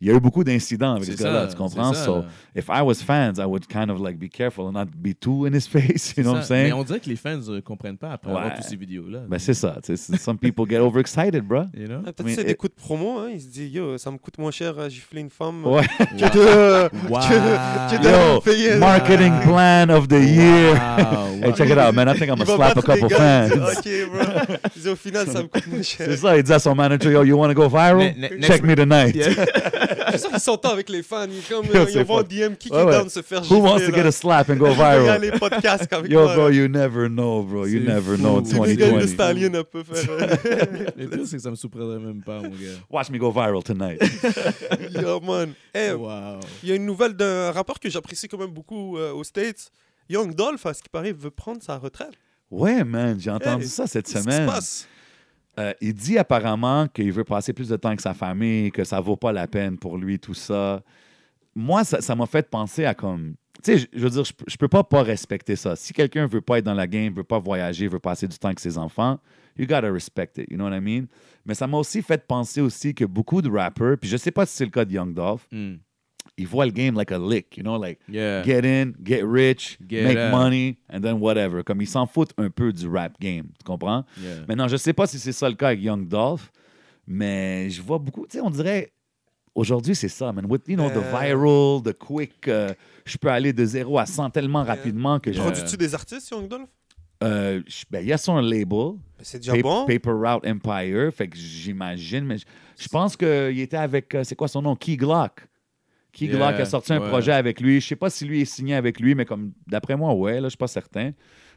il y a eu beaucoup d'incidents avec
C'est
ce gars-là,
ça,
tu comprends?
c'est ça.
So, if I was fans, I would kind of like be careful and not be too in his face, you know what I'm
Ça- Mais
saying?
on dirait que les fans ne comprennent pas après
Ouais.
avoir toutes ces vidéos-là.
Ben, c'est ça. tu sais, Some people get overexcited, bro.
You know?
Ah,
Mais-
Peut-être c'est des coups de promo. Hein. Il se dit, yo, ça me coûte moins cher à gifler une femme
Ouais.
que de,
Wow.
que, que de
Yo,
payer.
Marketing
Ah.
plan of the year.
Wow,
Hey,
wow.
check it out, man. I think I'm
Il va
gonna slap a
battre les
couple
gars, il dit,
fans.
OK, bro. Il dit, au final, ça me coûte moins cher.
C'est ça, il dit à son manager, yo, you wanna go viral?
Ne- ne-
Check me tonight.
Je suis sûr qu'ils s'entendent avec les fans. Ils, comme,
Yo,
euh,
c'est
ils vont
fun.
DM qui qui
Ouais,
est
ouais.
down de se faire
Who
gifler.
wants to
là.
get a slap and go
Il y a
viral?
les podcasts avec
Yo,
moi,
bro,
là.
you never know, bro. You
C'est
never
fou.
know.
Tu
Si le gars, le
2020.
Stallion un peu faire. euh,
Le pire, c'est que ça me surprendrait même pas, mon gars.
Watch me go viral tonight.
Yo, man. Eh,
Wow.
Il y a une nouvelle d'un rapport que j'apprécie quand même beaucoup euh, aux States. Young Dolph, à ce qui paraît, veut prendre sa retraite.
Ouais, man, j'ai entendu
Hey,
ça cette
Qu'est-ce qui se
semaine.
passe?
Euh, il dit apparemment qu'il veut passer plus de temps que sa famille, que ça vaut pas la peine pour lui, tout ça. Moi, ça ça m'a fait penser à comme. Tu sais, je- je veux dire, je, peux- je peux pas pas respecter ça. Si quelqu'un veut pas être dans la game, veut pas voyager, veut passer du temps avec ses enfants, you gotta respect it, you know what I mean? Mais ça m'a aussi fait penser aussi que beaucoup de rappers, puis je sais pas si c'est le cas de Young Dolph,
Hmm.
ils voient le game like a lick, you know, like
Yeah.
get in, get rich,
Get
make
out.
money, and then whatever. Comme ils s'en foutent un peu du rap game, tu comprends?
Yeah.
Euh, Maintenant, je sais pas si c'est ça le cas avec Young Dolph, mais je vois beaucoup, tu sais, on dirait. Aujourd'hui, c'est ça, man. With, you know, the
Euh.
viral, the quick, euh, je peux aller de 0 à 100 tellement rapidement que je.
Produit-
Produis-tu des artistes, Young Dolph?
Euh, je- ben, il y a son label,
Ben, C'est déjà
Paper,
bon.
Paper Route Empire, fait que j'imagine, mais je- je pense qu'il était avec, euh, c'est quoi son nom? Key Glock. Key
Yeah,
Glock a sorti un
ouais.
projet avec lui. Je sais pas si lui est signé avec lui, mais comme d'après moi, ouais, là, je suis pas certain.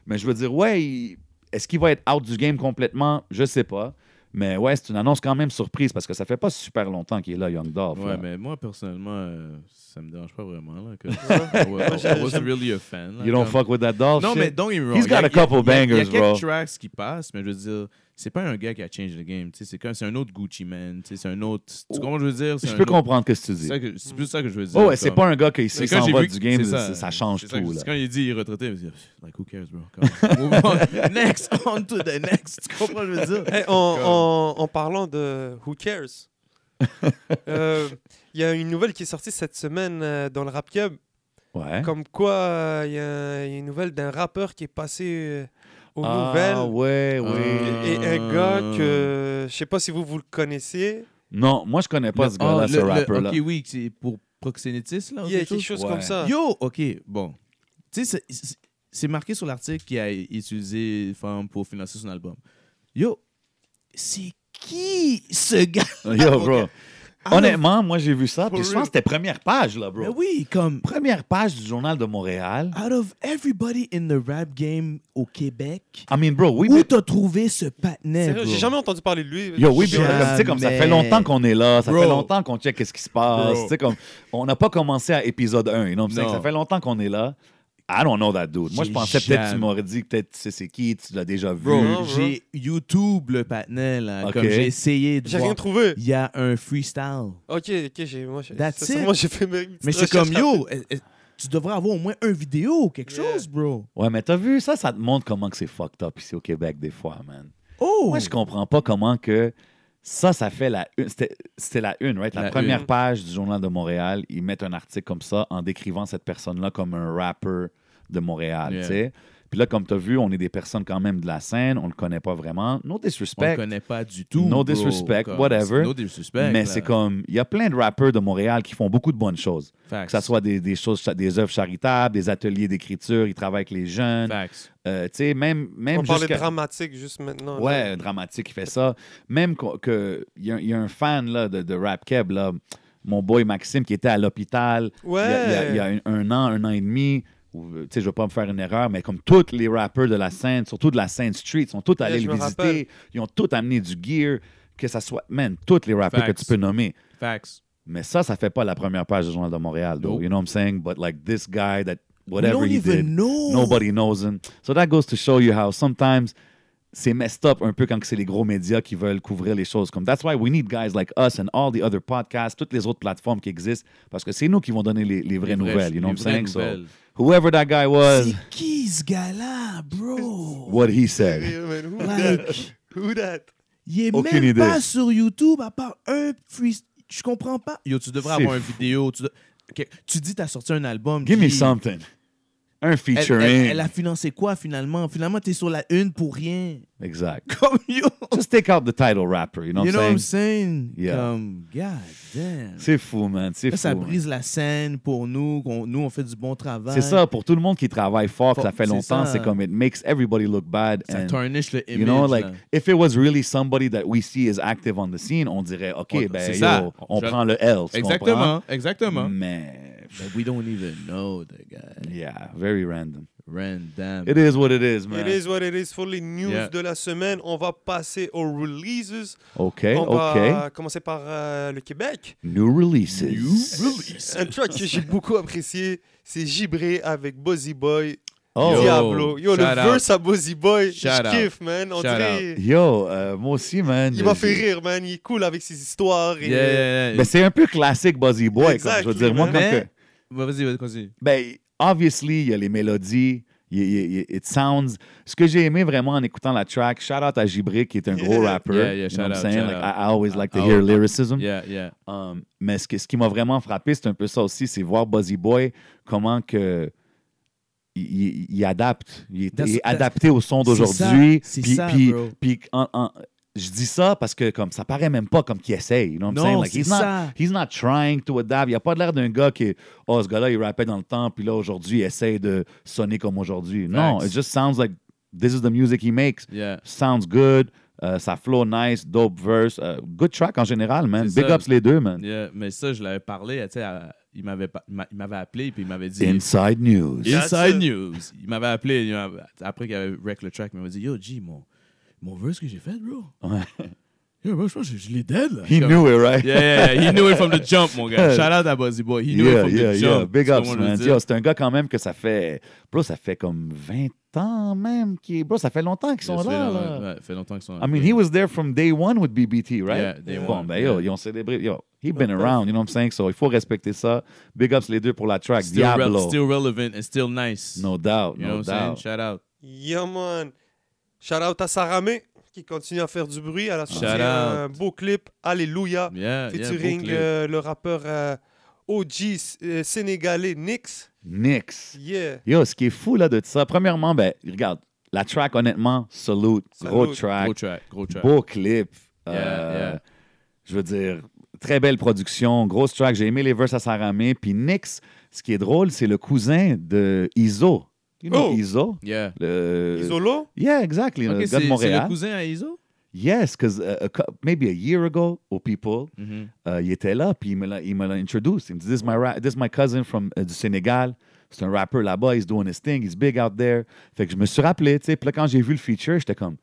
Mais je veux dire, ouais, il- est-ce qu'il va être out du game complètement? Je sais pas. Mais ouais, c'est une annonce quand même surprise parce que ça fait pas super longtemps qu'il est là, Young Dolph. là.
Ouais, mais moi, personnellement, euh, ça me dérange pas vraiment. Là, que... I wa- I was really a fan. là,
You don't
comme-
fuck with that Dolph
Non,
Oh, shit?
mais don't get me wrong.
He's got
Il y
a couple
il y a-
bangers,
Il y a quelques
bro.
tracks qui passent, mais je veux dire, c'est pas un gars qui a changed the game. tu sais, C'est comme- c'est un autre Gucci Man. tu sais, C'est un autre. Tu comprends ce que je veux dire? C'est
Je
un
peux
autre-
comprendre que ce que tu
C'est
dis.
ça que- c'est plus ça que je veux dire.
Oh, ouais, c'est
comme-
pas un gars qui
Mais quand
s'en
j'ai
va
vu-
du game,
c'est
ça, ça change
C'est ça que-
tout.
c'est
là.
Quand il dit il est retraité, je me dis, like, who cares, bro? Come on. Move on. next, on to the next. Tu comprends ce que je veux dire?
Eh, en, en- en parlant de Who Cares, euh, il y a une nouvelle qui est sortie cette semaine euh, dans le Rap Cube,
Ouais.
comme quoi euh, il y a- il y, a une nouvelle d'un rappeur qui est passé euh, aux
Ah,
nouvelles.
ouais, ouais.
Ah.
Et, et un gars
Mmh.
que je sais pas si vous vous le connaissez,
Non, moi, je connais pas ce gars-là,
Ah,
ce
le- le-
rapper-là.
Ok, oui, c'est pour proxénétisme, là. ou
il y a
quelque
quelque
chose?
chose
Ouais.
comme ça.
Oh, Yo, ok, bon. Tu sais, c'est- c'est- c'est marqué sur l'article qu'il a utilisé femme pour financer son album. Yo, c'est qui ce gars?
Yo, bro.
Ah,
Honnêtement, moi, j'ai vu ça, puis
For
je
real.
pense que c'était première page, là, bro.
Mais oui, comme
Première page du Journal de Montréal.
out of everybody in the rap game au Québec,
I mean, bro, oui,
où
mais...
t'as trouvé ce patinet?
Sérieux,
bro?
J'ai jamais entendu parler de lui.
Yo, oui,
Je-
puis on a comme, tu sais, comme ça fait longtemps qu'on est là, ça
Bro.
fait longtemps qu'on check qu'est-ce qui se passe,
Bro.
tu sais, comme, on n'a pas commencé à épisode 1, you know what I'm saying?
Non.
Ça fait longtemps qu'on est là. I don't know that dude. Moi, je
J'ai
pensais peut-être que
jamais-
tu m'aurais dit, peut-être tu sais c'est qui, tu l'as déjà vu.
Bro,
Non, bro.
j'ai YouTube le patinet, là.
Ok.
Comme j'ai essayé de
hein. J'ai
voir.
rien trouvé.
Il y a un freestyle.
Ok, ok, j'ai. Moi, j'ai-
That's
c'est-
it.
moi, j'ai fait mes petites
Mais c'est comme,
recherches
yo, eh, eh, tu devrais avoir au moins un vidéo ou quelque
Yeah.
chose, bro.
Ouais, mais t'as vu, ça, ça te montre comment que c'est fucked up ici au Québec des fois, man.
Oh!
Moi, je comprends pas comment que ça, ça fait la une. C'était c'était la une, right? La,
La
première
une.
page du Journal de Montréal, ils mettent un article comme ça en décrivant cette personne-là comme un rapper de Montréal,
Yeah.
tu sais. Puis là, comme tu as vu, on est des personnes quand même de la scène, on le connaît pas vraiment. No
On
disrespect.
ne connaît pas du tout.
No
bro.
disrespect,
Comme,
whatever.
c'est No disrespect.
mais
là.
c'est comme, il y a plein de rappeurs de Montréal qui font beaucoup de bonnes choses.
Facts.
Que ce soit des, des choses, des œuvres charitables, des ateliers d'écriture, ils travaillent avec les jeunes.
Facts.
Euh, tu sais, même, même
On parlait
jusqu'à-
dramatique juste maintenant.
Ouais, un dramatique qui fait ça. Même qu'on- que il y, a- il y a un fan là, de, de Rap Keb, là, mon boy Maxime, qui était à l'hôpital il y a- il y a- il y a, un, un an, un an et demi. où, euh, tu sais, je ne veux pas me faire une erreur, mais comme tous les rappeurs de la scène, surtout de la scène street, sont tous allés
je
le
me
visiter.
rappelle.
Ils ont tous amené du gear, que ça soit, man, tous les rappeurs que
Facts.
tu peux nommer.
Facts.
Mais ça, ça fait pas la première page du Journal de Montréal, though.
Nope.
You know what I'm saying? But like this guy that,
We
whatever
don't
he
even
did,
know.
Nobody knows him. So that goes to show you how sometimes c'est messed up un peu quand c'est les gros médias qui veulent couvrir les choses. Comme that's why we need guys like us and all the other podcasts, toutes les autres plateformes qui existent, parce que c'est nous qui vont donner les, les vraies
Les vraies-
nouvelles. You know
les
what I'm saying?
vraies
So,
nouvelles.
whoever that guy was,
C'est qui ce gars-là, bro?
what he said.
Sérieux, man, who that?
Like,
Who that?
il est
Aucune
même
idée.
pas sur YouTube à part un freestyle. Je comprends pas. Yo, tu devrais
C'est
avoir une
fou.
vidéo. Tu, dois- Ok, tu dis, t'as sorti un album.
Give me
G.
something. Un
Elle,
featuring.
elle- elle a financé quoi finalement? Finalement, t'es sur la une pour rien.
Exact.
Comme yo.
Just take out the title rapper, you know
You
what
know what
I'm
I'm
saying?
saying?
Yeah.
Comme, god damn.
C'est fou, man. C'est fou.
Là, ça
man.
brise la scène pour nous. qu'on- nous, on fait du bon travail.
C'est ça, pour tout le monde qui travaille fort, que
Faut-
ça fait
c'est
longtemps,
ça.
c'est comme it makes everybody look bad.
Ça
and,
tarnish le image.
you know, like,
là.
if it was really somebody that we see is active on the scene, on dirait, OK,
Ouais,
ben,
c'est
yo,
ça.
on
Je-
prend le L. tu
Exactement,
comprends?
exactement.
Mais,
But we don't even know the guy.
yeah, very random.
Random.
It is what it is, man.
It is what it is. Pour les news
Yeah.
de la semaine, on va passer aux releases.
OK,
on
Eh, OK.
bah,
va commencer par euh, le Québec.
New releases.
Un track que j'ai beaucoup apprécié, c'est Gibré avec Bozzy Boy,
Oh,
Yeah.
Diablo. Yo, le
shout out.
verse à Bozzy Boy,
Shout
je
out.
kiffe, man. On
Shout
dirait-
yo, euh, moi aussi, man.
il m'a fait rire, man. Il est cool avec ses histoires. Et...
Yeah, yeah, yeah.
Ben, c'est un peu classique Buzzy Boy, comme je
Exactly,
veux dire. Moi,
man.
quand que-
Mais- Bah, Vas-y, vas-y, continue.
Ben, obviously, il y a les mélodies. il y a- il y a- it sounds. Ce que j'ai aimé vraiment en écoutant la track, shout out à Gibré qui est un gros
Yeah.
rapper.
Yeah, yeah,
you
shout
know what I'm
out,
saying?
shout
Like,
out.
I, I always like to
Ah,
hear
ah,
lyricism.
Yeah, yeah.
Um, mais ce, que- ce qui m'a vraiment frappé, c'est un peu ça aussi, c'est voir Buzzy Boy, comment que. Il, il- il adapte. Il est,
That's-
il est
that's-
adapté au son d'aujourd'hui.
c'est
Puis-
ça,
puis-
bro.
puis en- en- je dis ça parce que comme ça paraît même pas comme qu'il essaye. You know what I'm
Non,
saying? Like,
c'est
he's not-
ça.
He's not trying to adapt. Il a pas l'air d'un gars qui est Oh, ce gars-là, il rappait dans le temps, puis là, aujourd'hui, il essaie de sonner comme aujourd'hui. Non,
Facts.
it just sounds like this is the music he makes.
Yeah.
Sounds good. euh, ça flow nice, dope verse. euh, good track en général, man.
C'est
Big
ça.
ups les deux, man.
Yeah, mais ça, je l'avais parlé, tu sais, à- il m'avait pas- il m'a- il m'avait appelé puis il m'avait dit
Inside news.
Yeah. That's it.
Inside News. Il m'avait appelé il m'avait- après qu'il avait wreck le track, il m'avait dit Yo, G, mon, mon verse que j'ai fait, bro.
Ouais.
Yo, bro, je pense que je l'ai dead, là.
He
Comme-
knew it, right?
Yeah, yeah, yeah, he knew it from the jump, mon gars. Shout out à Buzzy Boy. He knew it
Yeah,
from
yeah,
the
yeah.
jump.
Big
Tu vois,
ups,
on le
man.
dit.
Yo, c'est un gars quand même que ça fait. Bro, ça fait comme 20 ans même. Qui... Bro, ça fait longtemps qu'ils
Ça
sont
fait
là. là.
longtemps- ouais, fait longtemps qu'ils sont
I mean, he was there from day one with BBT, right?
Yeah, day
bon,
one,
ben, yo,
yeah.
ils ont célébré. Yo, he been around, you know what I'm saying? So, il faut respecter ça. Big ups les deux pour la track.
still, re-
Diablo.
still relevant and still nice.
No doubt,
you
no
know what I'm saying?
doubt.
Shout out.
Yeah, man. Shout out à Saramé qui continue à faire du bruit. Elle a sorti
Shout
un beau clip, Alléluia,
Yeah, yeah,
featuring
Brooklyn.
euh, le rappeur euh, OG euh, sénégalais Nix.
Nix.
Yeah.
Yo, ce qui est fou là de ça, premièrement, ben, regarde, la track, honnêtement, salute. Gros
Salute.
track,
Gros track, gros track.
beau clip.
Yeah,
Euh,
yeah.
Je veux dire, très belle production, grosse track. J'ai aimé les verses à Saramé. Puis Nix, ce qui est drôle, c'est le cousin de Iso. You know
Oh!
Iso?
Yeah.
Le...
Isolo?
Yeah, exactly.
Ok,
le
c'est
gars de
c'est le
Montréal.
cousin à Iso?
Yes, because maybe a year ago, au People,
Mm-hmm.
euh, il était là, puis il me l'a- il me l'a introduced. Il me dit, this is my, ra- this is my cousin from, euh, du Sénégal. C'est un rappeur là-bas, he's doing his thing, he's big out there. Fait que je me suis rappelé, tu sais, puis là, quand j'ai vu le feature, j'étais comme,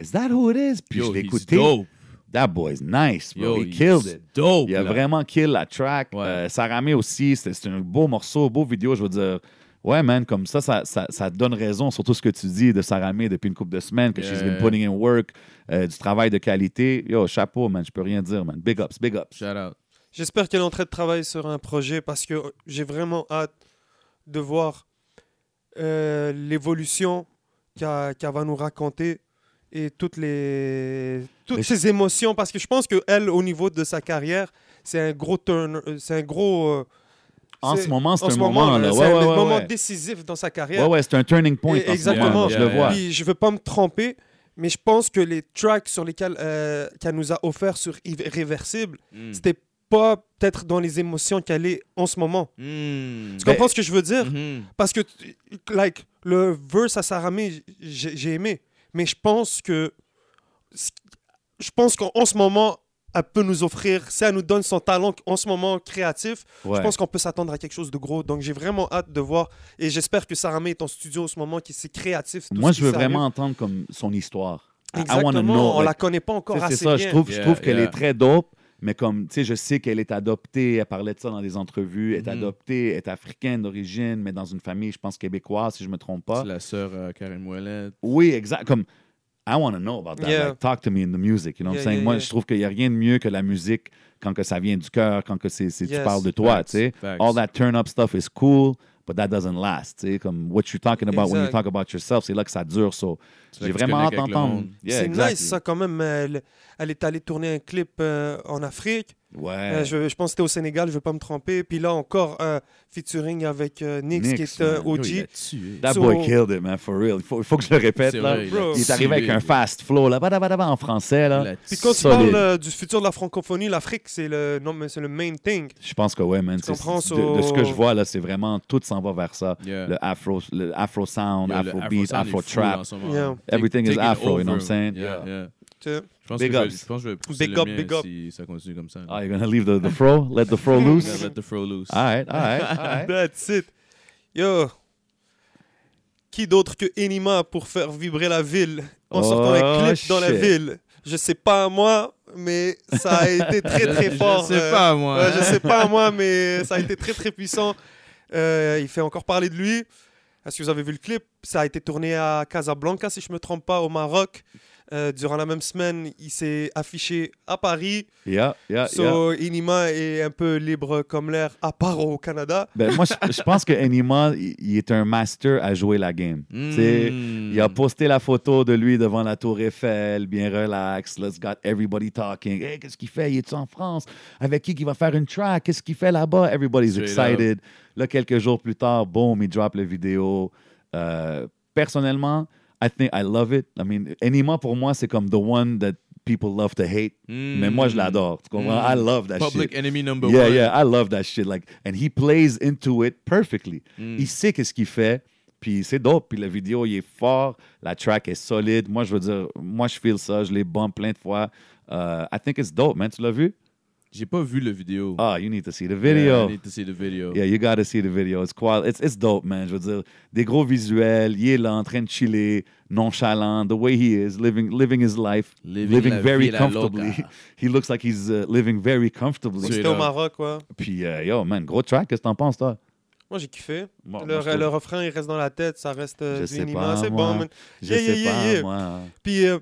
is that who it is? Puis je
Yo,
l'ai
he's
écouté.
dope.
That boy's nice, bro.
Yo,
he
he's
killed it.
Dope.
Il a
là.
vraiment kill la track.
Ouais.
Euh, Saramé aussi, c'est c'est un beau morceau, beau vidéo, je veux dire. Ouais, man, comme ça, ça, ça, ça te donne raison, surtout ce que tu dis de Saramé depuis une couple de semaines, que
Yeah.
she's been putting in work, euh, du travail de qualité. Yo, chapeau, man, je peux rien dire, man. Big ups, big ups.
Shout out.
J'espère qu'elle est en train de travailler sur un projet parce que j'ai vraiment hâte de voir euh, l'évolution qu'elle qu'elle va nous raconter et toutes les
Mais-
toutes ses émotions parce que je pense que elle au niveau de sa carrière c'est un gros turn euh, c'est un gros euh,
En
c'est-
ce moment, c'est
en
un
ce
moment, là.
euh,
Ouais,
c'est un
ouais, ouais,
moment
ouais.
décisif dans sa
Ouais,
carrière
ouais, c'est un turning point.
Et-
en ce moment,
exactement.
je le
Yeah,
vois.
puis je veux pas me tromper mais je pense que les tracks sur lesquels euh, qu'elle nous a offert sur Irréversible
Hmm.
Mm.
c'était pas peut-être dans les émotions qu'elle est en ce moment
Mm.
Tu
Ben-
comprends ce que je veux dire?
Mhm.
Parce que, t- like, le verse à Saramé, j'ai j'ai aimé. Mais je pense que. ce- Je pense qu'en en ce moment, elle peut nous offrir. Si elle nous donne son talent en ce moment créatif,
Ouais.
je pense qu'on peut s'attendre à quelque chose de gros. Donc, j'ai vraiment hâte de voir. Et j'espère que Saramé est en studio en ce moment, qui c'est créatif. tout
Moi,
ce qui
je veux
s'arrive.
vraiment entendre comme son histoire. I- I wanna
Exactement.
know,
on
like,
la connaît pas encore
Tu sais,
assez
C'est ça,
bien.
je trouve, je
Yeah,
trouve qu'elle
yeah.
est très dope, mais comme, tu sais, je sais qu'elle est adoptée, elle parlait de ça dans des entrevues, est
Mhm.
adoptée, est africaine d'origine, mais dans une famille, je pense, québécoise, si je me trompe pas.
C'est la sœur euh, Karen Ouellet.
Oui, exact. Comme, I want to know about that.
Yeah.
Like, talk to me in the music. You know what I'm
Yeah,
saying?
yeah,
Moi,
yeah.
je trouve qu'il n'y a rien de mieux que la musique quand que ça vient du cœur, quand que c'est, c'est-
Yes.
tu parles de toi,
Facts,
tu sais.
facts.
All that turn-up stuff is cool, but that doesn't last, tu sais. Comme, what you're talking about when you
Exact.
talk about yourself, c'est là que ça dure. So,
C'est là
j'ai
que tu
vraiment hâte
connectes avec le
d'entendre.
monde.
Yeah,
c'est
exactly.
nice ça quand même. Elle, elle est allée tourner un clip euh, en Afrique.
Ouais.
Euh, je, je pense que c'était au Sénégal, je ne vais pas me tromper. Puis là encore, un featuring avec euh, Nix, qui
Nix,
est euh,
man.
Yo, il
OG.
l'a tué.
That
so-
boy killed it, man, for real. Il faut, il faut que je le répète.
C'est
Là.
vrai,
bro.
l'a
Il est arrivé avec
tué.
un fast flow, là, badabadaba, en français.
Il
Là.
l'a
Puis
tué.
quand tu
Solide.
parles euh, du futur de la francophonie, l'Afrique, c'est le, non, mais c'est le main thing.
Je pense que ouais, man.
Tu
c'est-
comprends,
c'est- de, de ce que je
so-
vois, là, c'est vraiment tout s'en va vers ça.
Yeah.
Le afro, le afro sound,
Yo, le
afro beat,
sound est
afro
fou hein.
trap.
en ce moment.
Yeah.
Take-
Everything is
taking
afro, you know what I'm
over.
saying?
Yeah, yeah.
tu sais.
Je pense
Big
que je,
ups.
vais- je pense que je vais pousser
Big
le
up,
mien
big up.
si ça continue comme ça.
Ah, you're gonna leave the, the fro? Let the fro loose?
Yeah, let the throw loose.
all right, all right, all right.
That's it. Yo. Qui d'autre que Enima pour faire vibrer la ville en sortant
Oh,
un clip dans la
shit.
ville Je sais pas moi, mais ça a été très
Je-
très fort.
Je sais
euh,
pas, moi.
ouais, je sais pas moi, mais ça a été très très puissant. Euh, il fait encore parler de lui. Est-ce que vous avez vu le clip Ça a été tourné à Casablanca, si je me trompe pas, au Maroc. Euh, durant la même semaine, il s'est affiché à Paris.
Yeah, yeah, Ah, yeah.
So, Inima est un peu libre comme l'air, à part au Canada.
Ben, moi, je, je pense que Anima, il il est un master à jouer la game. Tu sais,
Mm.
Il a posté la photo de lui devant la Tour Eiffel, bien relax. Let's got everybody talking. Hey, qu'est-ce qu'il fait? Il est en France? Avec qui qu'il va faire une track? Qu'est-ce qu'il fait là-bas? Everybody's
Straight
excited. Là, quelques jours plus tard, boom, il drop la vidéo. Euh, personnellement, I think I love it. I mean, Anima, pour moi, c'est comme the one that people love to hate.
Mm.
Mais moi, je l'adore. Tu comprends?
Mm.
I love that shit.
Public enemy number
yeah,
one.
yeah, I love that shit. Like, and he plays into it perfectly.
Mm.
Il sait qu'est-ce qu'il fait, puis c'est dope. Puis la vidéo, il est fort, la track est solide. Moi, je veux dire, moi, je feel ça, je l'ai bump plein de fois. Euh, I think it's dope, man. Tu l'as vu?
J'ai pas vu le vidéo.
Ah, you need to see the
Yeah,
video.
I need to see the video.
Yeah, you gotta see the video. It's, qual it's, it's dope, man. Je veux dire, des gros visuels. Il est là en train de chiller, nonchalant, the way he is, living, living his life,
Living la
very
vida loca.
comfortably. He looks like he's uh, living very comfortably.
Donc, C'était
là.
au Maroc, ouais.
Puis, euh, yo, man, gros track, qu'est-ce que t'en penses, toi?
Moi, j'ai kiffé.
Bon,
le,
moi, je trouve-
le refrain, il reste dans la tête. Ça reste euh,
Je
du
sais
Nima,
pas,
C'est
moi.
bon, man.
Je
Yeah,
sais
yeah,
pas,
yeah, yeah.
moi.
Puis, euh,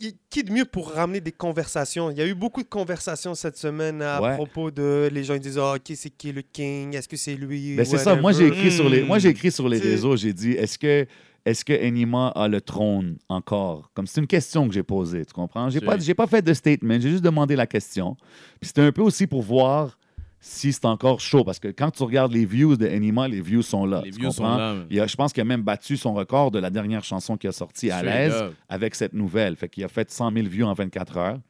y- qui de mieux pour ramener des conversations? Il y a eu beaucoup de conversations cette semaine à
Ouais.
propos de... Les gens ils disent, Ah, OK, c'est qui le king? Est-ce que c'est lui?
Ben, c'est ça, moi j'ai
Whatever.
écrit sur les,
Mm.
moi j'ai écrit sur les
C'est-
réseaux, j'ai dit est-ce que est-ce que Enima a le trône encore Comme c'est une question que j'ai posée, tu comprends J'ai
C'est-
pas j'ai pas fait de statement, j'ai juste demandé la question. Puis c'était un peu aussi pour voir si c'est encore chaud parce que quand tu regardes les views de Enima, les views sont là,
Les
tu
views sont
comprends?
là, man.
Il a- je pense qu'il a même battu son record de la dernière chanson qu'il a sortie à
Straight
l'aise
up.
avec cette nouvelle. Fait qu'il a fait 100 000 views en 24 heures.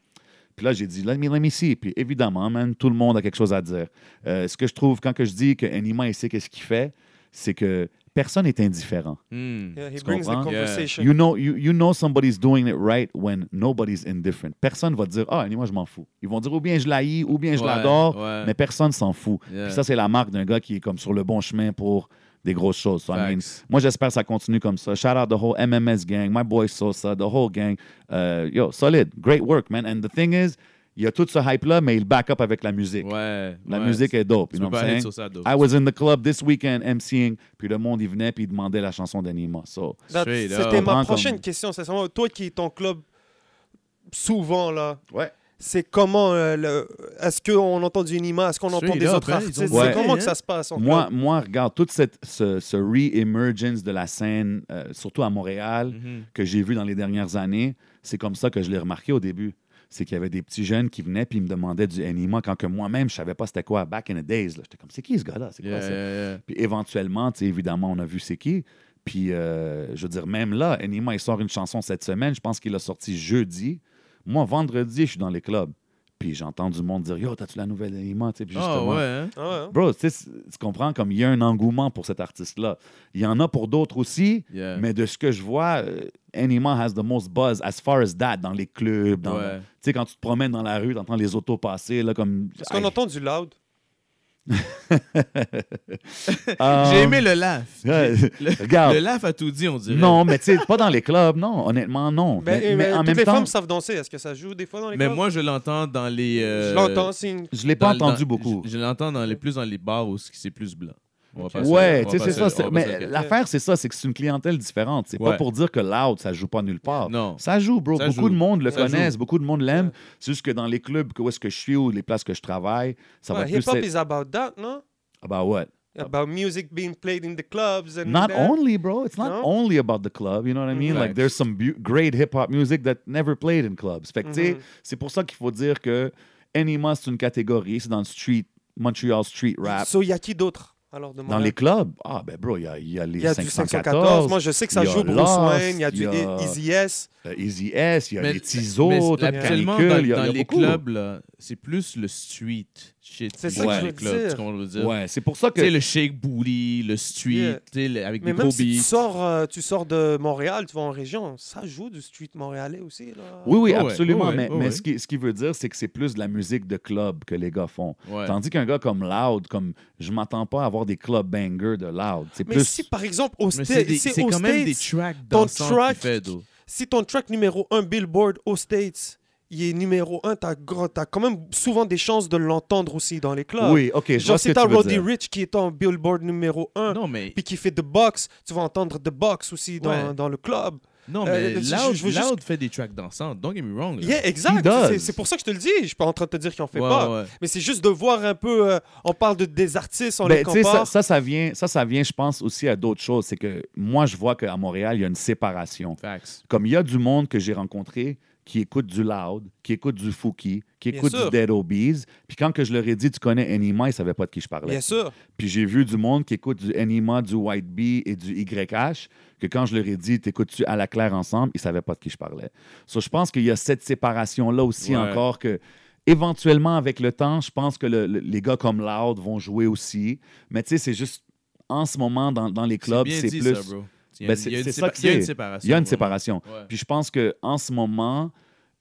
Puis là, j'ai dit, let me, let me see. Puis évidemment, man, tout le monde a quelque chose à dire. Euh, ce que je trouve, quand que je dis que Anima, il sait qu'est-ce qu'il fait, c'est que personne n'est indifférent.
Mm.
Yeah, he
Tu
brings the
comprends?
Yeah.
conversation.
You know, you, you know somebody's doing it right when nobody's indifferent. Personne va dire, ah, Anima, je m'en fous. Ils vont dire, ou bien je la haïs, ou bien je
Ouais,
l'adore,
ouais.
mais personne s'en fout.
Yeah.
Puis ça, c'est la marque d'un gars qui est comme sur le bon chemin pour des grosses choses. So, I mean,
Facts.
moi, j'espère que ça continue comme ça. Shout out the whole MMS gang, my boy Sosa, the whole gang. Euh, yo, solid. Great work, man. And the thing is, il y a tout ce hype-là, mais il back up avec la musique.
Ouais.
La
ouais.
musique est Ah dope, you
Tu
know
peux
what
pas
I'm
aller
saying?
sur ça, d'autres.
I was in the club this weekend emceeing, puis le monde, il venait, puis il demandait la chanson d'Anima. So,
That's-
Straight up.
C'était ma
Comprends
prochaine
comme-
question. C'est vraiment toi qui es ton club souvent, là.
ouais.
C'est comment... euh, le- Est-ce qu'on entend du Nima? Est-ce qu'on entend
Straight
des
up,
autres
hein, ils
artistes?
ont
C'est
Ouais.
comment
hein.
que ça se passe en
Moi, moi, regarde, tout ce, ce re-emergence de la scène, euh, surtout à Montréal,
Mhm.
que j'ai vu dans les dernières années, c'est comme ça que je l'ai remarqué au début. C'est qu'il y avait des petits jeunes qui venaient puis ils me demandaient du Anima quand que moi-même, je savais pas c'était quoi back in the days. là. J'étais comme, c'est qui ce gars-là? C'est quoi
Yeah,
ça?
yeah, yeah.
Puis éventuellement, tu sais, évidemment, on a vu c'est qui. Puis, euh, je veux dire, même là, Anima, il sort une chanson cette semaine. Je pense qu'il a sorti jeudi. Moi, vendredi, je suis dans les clubs. Puis j'entends du monde dire, yo, t'as-tu la nouvelle Anima? Tu sais, puis
Ah
justement,
ouais, hein?
club? Ah ouais, hein?
Bro, tu sais, c- tu comprends comme il y a un engouement pour cet artiste-là. Il y en a pour d'autres aussi,
Yeah.
mais de ce que je vois, euh, Anima has the most buzz as far as that dans les clubs. dans-
Ouais.
Tu sais, quand tu te promènes dans la rue, t'entends les autos passer, là, comme...
Est-ce qu'on entend du loud?
Euh,
J'ai aimé le laugh.
ouais,
Le,
regarde.
le laugh a tout dit, on dirait.
Non, mais tu sais, pas dans les clubs, non. Honnêtement, non.
Ben,
mais,
euh,
mais en
toutes
même
les
temps,
femmes savent danser. Est-ce que ça joue des fois dans les
Mais
clubs?
moi, je l'entends dans les. euh,
je l'entends, c'est une-
je l'ai pas
dans-
entendu
dans-
beaucoup.
Je, je l'entends dans les, plus dans les bars où c'est plus blanc. On va pas se-
Ouais,
on va
tu sais,
pas
c'est
se-
ça.
on
c'est-
va pas se
Mais
le cacher.
l'affaire, c'est ça, c'est que c'est une clientèle différente. C'est pas
Ouais.
pour dire que Loud, ça joue pas nulle part.
Non.
Ça joue, bro.
Ça
beaucoup
joue.
de monde le
Ça
connaissent,
joue.
beaucoup de monde l'aime.
Ouais.
C'est juste que dans les clubs que- où est-ce que je suis ou les places que je travaille, ça
Ouais,
va plus
Hip-hop
être...
is about that, non?
About what?
about music being played in the clubs and
not
that.
only, bro. It's not
No?
only about the club. You know what I mean?
Mhm.
Like, there's some bu- great hip hop music that never played in clubs. Fait que, tu sais,
Mhm. Mm-hmm.
c'est pour ça qu'il faut dire que Anima, c'est une catégorie. C'est dans le street, Montreal street rap.
So, il y a qui d'autre alors de
dans
Montréal?
les clubs, ah ben bro, il y a, il y a les
Il y a
514,
du 514. Moi, je sais que ça
il y a
joue Bruce
Lost,
Wayne. Il y a
il y
du E-
a-
Easy S.
euh, Easy S, il y a
Mais-
les Tizo,
mais
Top
habituellement,
Canicule,
dans,
il y a,
dans
il y a
les
beaucoup.
clubs, là, c'est plus le street shit.
C'est
ça que je
les
veux
clubs,
dire.
tu comprends ce que je veux dire?
Ouais, c'est pour ça que
Tu sais, le shake booty, le street,
Yeah.
tu sais, le- avec
Mais
des
même
gros
si tu
beats.
sors, euh, tu sors de Montréal, tu vas en région, ça joue du street montréalais aussi. Là.
Oui, oui,
Oh ouais,
absolument.
oh ouais,
mais
oh
mais
ouais.
Ce, qui, ce qui veut dire, c'est que c'est plus de la musique de club que les gars font.
Ouais.
Tandis qu'un gars comme Loud, comme je m'attends pas à avoir des club bangers de Loud. C'est
Mais
plus.
si par exemple, au
Mais
Sta-
c'est des-
si
c'est
aux
quand même des
States,
tracks
ton
dansants
track-
qu'il fait, though.
si ton track numéro 1 Billboard aux States, il est numéro 1, t'as gros- t'as quand même souvent des chances de l'entendre aussi dans les clubs.
Oui, ok, je vois
Genre,
ce que
si t'as
tu veux
Roddy
dire.
Rich qui est en Billboard numéro 1,
Non, mais,
puis qui fait The Box, tu vas entendre The Box aussi dans,
Ouais.
dans le club.
non, mais
Euh, je-
Loud,
je veux juste-
Loud fait des tracks dansants. Don't get me wrong. là.
Yeah, exact.
does.
C'est- C'est pour ça que je te le dis. Je suis pas en train de te dire qu'il en fait
Ouais,
pas.
ouais.
Mais c'est juste de voir un peu. euh, on parle de, des artistes, on
Ben,
les
tu sais, ça,
compare.
ça, ça vient, ça, ça vient, je pense, aussi à d'autres choses. C'est que moi, je vois qu'à Montréal, il y a une séparation.
Facts.
Comme il y a du monde que j'ai rencontré qui écoute du Loud, qui écoute du Fouki, qui
Bien
écoute
sûr.
du Dead Obies. Puis quand que je leur ai dit, tu connais Anima, ils ne savaient pas de qui je parlais.
Bien sûr.
Puis j'ai vu du monde qui écoute du Anima, du White Bee et du YH, que quand je leur ai dit, t'écoutes-tu à la claire ensemble, ils savaient pas de qui je parlais. So, je pense qu'il y a cette séparation-là aussi
Ouais.
encore que, éventuellement, avec le temps, je pense que le- le- les gars comme Loud vont jouer aussi. Mais tu sais, c'est juste, en ce moment, dans, dans les clubs,
bien
c'est
dit,
plus...
ça, bro. Il y a
Ben,
une-
c'est-
il y a
c'est
une
ça
sépa-
que
il y a une
c'est.
séparation.
il y a une
vraiment.
séparation.
Ouais.
Puis je pense que en ce moment,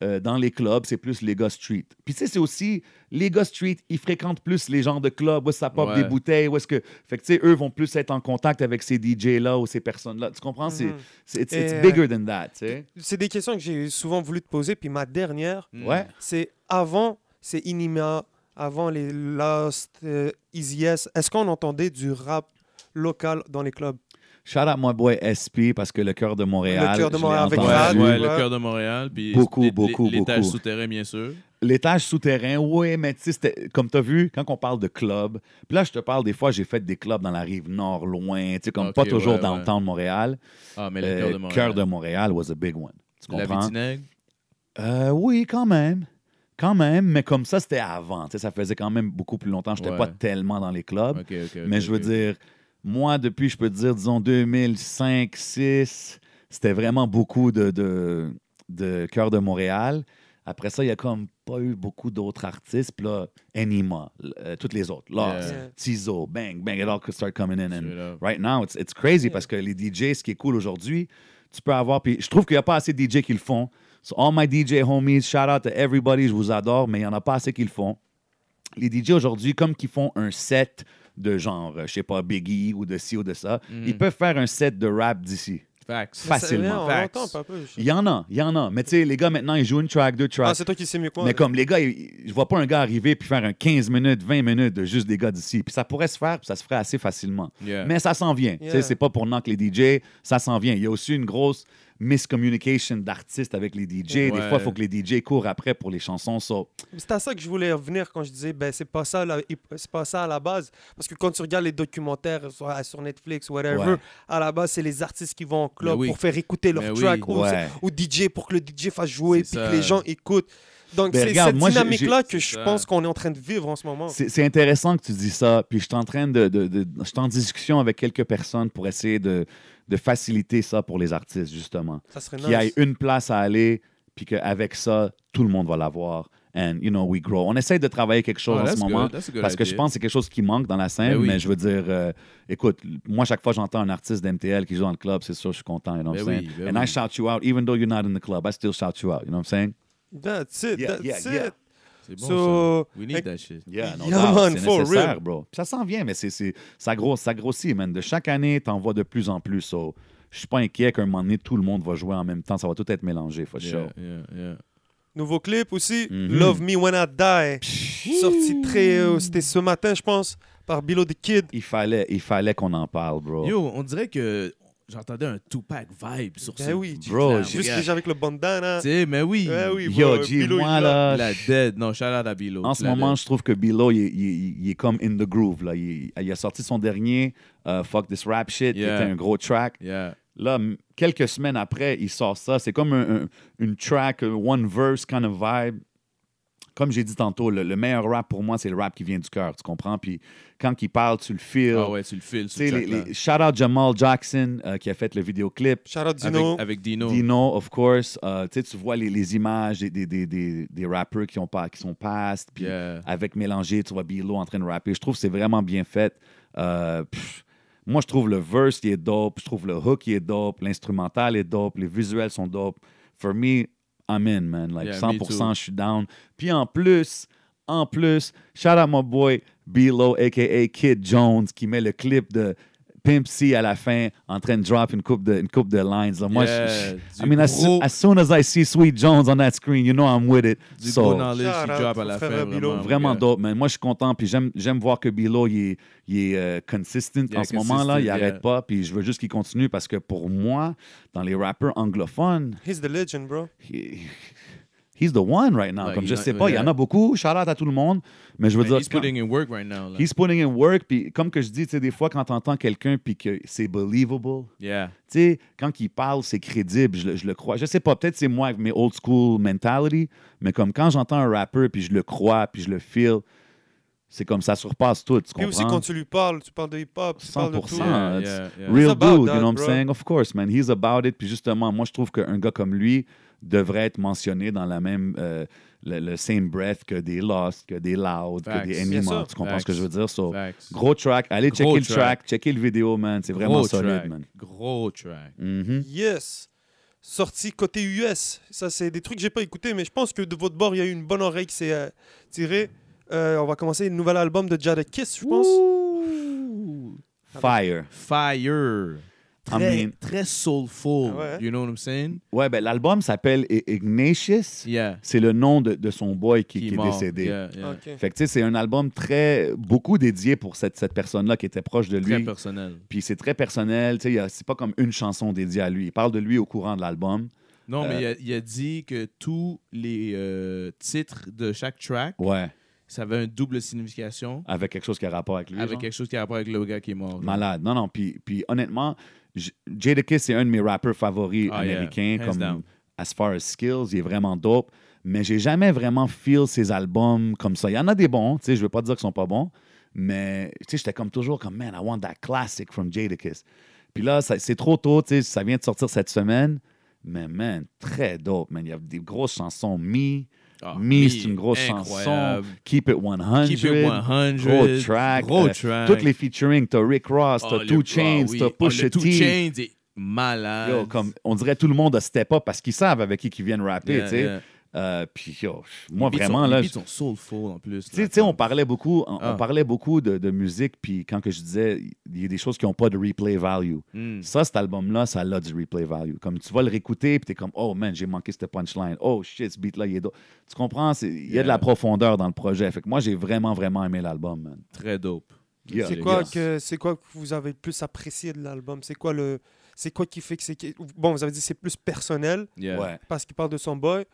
euh, dans les clubs, c'est plus les gars street. Puis tu sais, c'est aussi les gars street, ils fréquentent plus les genres de clubs où ça pop
Ouais.
des bouteilles, où est-ce que. Fait que tu sais, eux vont plus être en contact avec ces DJ-là ou ces personnes-là. Tu comprends? Ah, C'est,
Mhm.
c'est, it's, it's
Et,
bigger than that, tu sais.
C'est des questions que j'ai souvent voulu te poser. Puis ma dernière,
Mm.
Ouais.
c'est avant, c'est Inima, avant les Lost, euh, Easy S. Est-ce qu'on entendait du rap local dans les clubs
Shout out my boy SP parce que le cœur de Montréal.
Le cœur de
je l'ai
Montréal avec
Ouais,
entendu.
Rad,
ouais,
ouais.
le cœur de Montréal. Puis
Beaucoup,
les- les-
beaucoup,
L'étage
beaucoup.
souterrain, bien sûr.
L'étage souterrain, oui, mais tu sais, c'était- comme tu as vu, quand on parle de club, puis là, je te parle des fois, j'ai fait des clubs dans la rive nord, loin, tu sais, comme
Ok,
pas toujours
ouais,
dans le
ouais.
temps de Montréal.
Ah, mais le
Euh,
cœur de Montréal.
Cœur de Montréal was a big one. Tu
La
comprends?
Vitinègue.
Euh, oui, quand même. Quand même, mais comme ça, c'était avant. Tu sais, ça faisait quand même beaucoup plus longtemps. Je n'étais
Ouais.
pas tellement dans les clubs.
Ok, ok.
mais je veux dire, moi, depuis, je peux te dire, disons, 2005, 2006, c'était vraiment beaucoup de, de, de Cœur de Montréal. Après ça, il n'y a comme pas eu beaucoup d'autres artistes. Puis là, Anima, euh, toutes les autres, Lost,
Yeah.
Tizo, Bang, Bang, it all could start coming in. and-
dire.
Right now, it's, it's crazy
Yeah.
parce que les DJ, ce qui est cool aujourd'hui, tu peux avoir. Puis je trouve qu'il n'y a pas assez de DJ qui le font. So, all my DJ homies, shout out to everybody, je vous adore, mais il n'y en a pas assez qui le font. Les DJ aujourd'hui, comme qu'ils font un set de genre, euh, je sais pas, Biggie ou de ci ou de ça, ils peuvent faire un set de rap d'ici.
Facts.
Facts. Facilement.
Ça, ouais, on
Facts.
l'entend pas peu. je-
Il y en a, il y en a. Mais tu sais, les gars, maintenant, ils jouent une track, deux
Ah,
tracks.
c'est toi qui sais mieux que moi.
mais comme les gars, ils- je vois pas un gars arriver puis faire un 15 minutes, 20 minutes de juste des gars d'ici. Puis ça pourrait se faire, puis ça se ferait assez facilement.
Yeah.
Mais ça s'en vient.
Yeah.
Tu sais, C'est pas pour knock les DJ, ça s'en vient. Il y a aussi une grosse miscommunication d'artistes avec les DJ. Des
Ouais.
fois, il faut que les DJ courent après pour les chansons. So,
C'est à ça que je voulais revenir quand je disais ben c'est pas ça la- c'est pas ça à la base parce que quand tu regardes les documentaires sur, euh, sur Netflix whatever
Ouais.
à la base c'est les artistes qui vont en club
Mais oui.
pour faire écouter leur
Mais oui.
track ou,
ouais.
ou DJ pour que le DJ fasse jouer puis
C'est
que
ça.
les gens écoutent donc
Ben,
c'est
regarde,
cette
moi, j'ai-
dynamique là
j'ai-
que je
C'est ça.
pense qu'on est en train de vivre en ce moment
C'est c'est intéressant que tu dis ça. Puis je suis en train de, de- de- je suis en discussion avec quelques personnes pour essayer de, de faciliter ça pour les artistes, justement.
ça serait
Qu'il y ait
nice
une place à aller, puis qu'avec ça, tout le monde va l'avoir. And, you know, we grow. On essaie de travailler quelque chose
Ah,
en ce
that's good,
moment.
that's a good
Parce que
idea.
je pense que c'est quelque chose qui manque dans la scène,
Ben oui.
mais je veux dire, euh, écoute, moi, chaque fois que j'entends un artiste d'MTL qui joue dans le club, c'est sûr, je suis content, you know what I'm
Ben
saying?
oui, ben
And I
oui.
shout you out, even though you're not in the club, I still shout you out, you know what I'm saying?
that's it
Yeah,
that's
yeah,
it
yeah.
C'est bon.
so
ça. We need that shit.
Yeah, no
Yeah,
doubt,
man,
c'est
for
nécessaire,
real.
bro. Puis ça s'en vient, mais c'est, c'est- ça, gros- ça grossit, man. De chaque année, t'en vois de plus en plus. So, je suis pas inquiet qu'un moment donné, tout le monde va jouer en même temps. Ça va tout être mélangé, for sure.
Yeah, yeah, yeah.
nouveau clip aussi
Mhm.
Love Me When I Die sorti très euh, c'était ce matin je pense par Bilo the Kid
Il fallait, il fallait qu'on en parle, bro.
Yo, on dirait que j'entendais un Tupac vibe sur
Ben
ça.
oui,
Bro,
G-Clan.
Juste déjà avec le bandana.
Tu sais, mais oui.
Ouais, Eh oui,
Yo,
bro,
G,
Bilo, il
moi,
l'a.
là,
La dead. Non, shout out à Bilo.
Ah, En ce
La
moment,
Dead.
je trouve que Bilo, il, il- il est comme in the groove. Là. Il, il a sorti son dernier euh, Fuck This Rap Shit,
Yeah.
qui était un gros track.
Yeah.
Là, m- quelques semaines après, il sort ça. C'est comme un- un- une track, euh, one verse kind of vibe. Comme j'ai dit tantôt, le, le meilleur rap pour moi, c'est le rap qui vient du cœur, tu comprends? Puis quand il parle, tu le feels.
Ah ouais, tu le files.
Tu sais, les- les- shout out Jamal Jackson euh, qui a fait le vidéoclip.
Shout out Dino.
Avec, avec Dino.
Dino, of course. Euh, tu sais, tu vois les, les images des, des, des, des, des rappers qui, ont pas, qui sont past. Puis
Yeah.
avec mélangé, tu vois Bilo en train de rapper. Je trouve que c'est vraiment bien fait. Euh, pff, moi, je trouve le verse qui est dope, je trouve le hook qui est dope, l'instrumental est dope, les visuels sont dope. For me, I'm in, man. Like
Yeah,
100%,
me too.
je suis down. Puis en plus, en plus, shout out my boy Bilo, a.k.a. Kid Jones, qui met le clip de Pimp C à la fin en train de drop une coupe de, une coupe de lines. là. Moi,
Yeah,
je- je- I
du
mean, as,
gros-
as soon as I see Sweet Jones on that screen, you know I'm with it.
Du
So,
gros knowledge
Shout
qui
out
drop
au
à la fin.
frère Bilo.
Vraiment,
Vraiment
Yeah.
dope, man. Moi, je suis content. Puis j'aime j'aime voir que Bilo, il est, il est euh, consistent
Yeah,
en ce moment-là. Il
consistent, yeah.
arrête pas. Puis je veux juste qu'il continue parce que pour moi, dans les rappeurs anglophones,
He's the legend, bro.
he- he's the one right now.
Ouais,
Comme
il
je
en-
sais pas, il y en
yeah.
a beaucoup. Shout out à tout le monde. Mais je veux
Man,
dire,
he's putting in work right now. là.
he's putting in work. Puis comme que je dis, tu sais, des fois, quand t'entends quelqu'un puis que c'est believable,
Yeah.
tu sais, quand il parle, c'est crédible, je, le- je le crois. Je sais pas, peut-être c'est moi avec mes old school mentality, mais comme quand j'entends un rappeur, puis je le crois, puis je le feel, c'est comme ça surpasse tout, tu
Puis
comprends?
aussi, quand tu lui parles, tu parles de hip-hop, tu parles de tout.
100%.
Yeah,
it's
yeah, yeah.
Real
He's about
dude, you
that,
know what I'm
bro.
saying? Of course, man, he's about it. Puis justement, moi, je trouve qu'un gars comme lui devrait être mentionné dans la même, euh, le, le same breath que des Lost, que des Loud,
Facts.
que des
Bien
Anima.
sûr.
Tu comprends
Facts.
ce que je veux dire? So,
Facts.
gros track, allez
Gros
checker le
track.
track, checker le vidéo, man. C'est vraiment
Gros
solide,
track.
man.
Gros track.
Mhm.
Yes. Sorti côté US. Ça, c'est des trucs que j'ai pas écouté, mais je pense que de votre bord, il y a eu une bonne oreille qui s'est euh, tirée. Euh, on va commencer le nouvel album de Jada Kiss, je pense.
Ouh.
Fire.
Fire.
I
Très,
mean-
très soulful.
Ah ouais.
You know what I'm saying?
Ouais, ben l'album s'appelle I- Ignatius.
Yeah.
C'est le nom de, de son boy qui,
Qui
qui est
mort.
décédé.
Yeah, yeah.
Ok.
Fait que tu sais, c'est un album très, beaucoup dédié pour cette, cette personne-là qui était proche de
Très
lui.
personnel.
Puis c'est très personnel, tu sais, il y a- c'est pas comme une chanson dédiée à lui. Il parle de lui au courant de l'album.
Non,
Euh,
mais il a, il a dit que tous les euh, titres de chaque track,
Ouais,
ça avait une double signification
avec quelque chose qui a rapport avec lui.
avec
genre.
quelque chose qui a rapport avec le gars qui est mort.
Mm-hmm. Malade. Non, non, puis, puis honnêtement, J- Jadakiss, c'est un de mes rappeurs favoris
Ah, yeah.
américains.
Hands
Comme,
down.
as far as skills, il est vraiment dope. Mais j'ai jamais vraiment feel ses albums comme ça. Il y en a des bons, tu sais, je veux pas dire qu'ils sont pas bons, mais tu sais, j'étais comme toujours comme man, I want that classic from Jadakiss. Puis là, ça- c'est trop tôt, tu sais, ça vient de sortir cette semaine, mais man, très dope, man. Il y a des grosses chansons, Me,
Ah,
Me,
oui,
c'est une grosse
incroyable.
chanson, Keep It 100,
Keep it 100.
gros track,
Gros
euh,
track.
toutes les featuring, t'as Rick Ross,
Ah,
t'as
le-
Two Chains,
ah oui.
t'as
Ah,
Pusha
le
T.
Two Chains est malade.
Yo, comme, on dirait tout le monde a step up parce qu'ils savent avec qui ils viennent rapper,
Yeah,
tu sais.
yeah.
Euh, puis yo, moi
Les beats
vraiment
sont-
là,
Les beats
je-
sont soulful en plus.
tu sais,
là,
tu sais, on
comme-
parlait beaucoup, on, on
Ah.
parlait beaucoup de, de musique, puis quand que je disais, il y a des choses qui n'ont pas de replay value.
Mm.
Ça, cet album-là, ça a du replay value. Comme tu vas le réécouter, puis t'es comme, oh man, j'ai manqué cette punchline. Oh shit, ce beat-là, il est. do- Tu comprends? c'est- Il y a de
Yeah.
la profondeur dans le projet. Fait que moi, j'ai vraiment, vraiment aimé l'album, man.
Très dope.
Yeah,
C'est
C'est
yeah.
quoi, que, c'est quoi que vous avez le plus apprécié de l'album C'est quoi le. C'est quoi qui fait que c'est. qui- Bon, vous avez dit que c'est plus personnel
Yeah.
Ouais.
parce qu'il parle de son boy,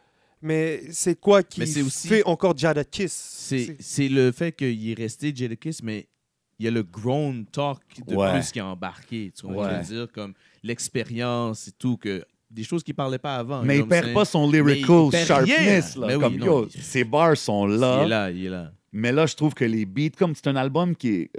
mais c'est quoi qui
Mais c'est aussi-
fait encore Jada Kiss
C'est c'est le fait qu'il est resté Jadakiss, mais il y a le grown talk de
Ouais.
plus qui a embarqué. Tu comprends ce que je veux dire? Comme l'expérience et tout, que des choses qu'il parlait pas avant.
Mais
you
il
know what
perd
I'm
pas son
Ah, Mais il
lyrical
perd rien.
sharpness. Là,
Ben oui,
comme
non,
yo,
il-
ses bars sont
saying?
là,
Il est là, il est là.
Mais là, je trouve que les beats, comme c'est un album qui est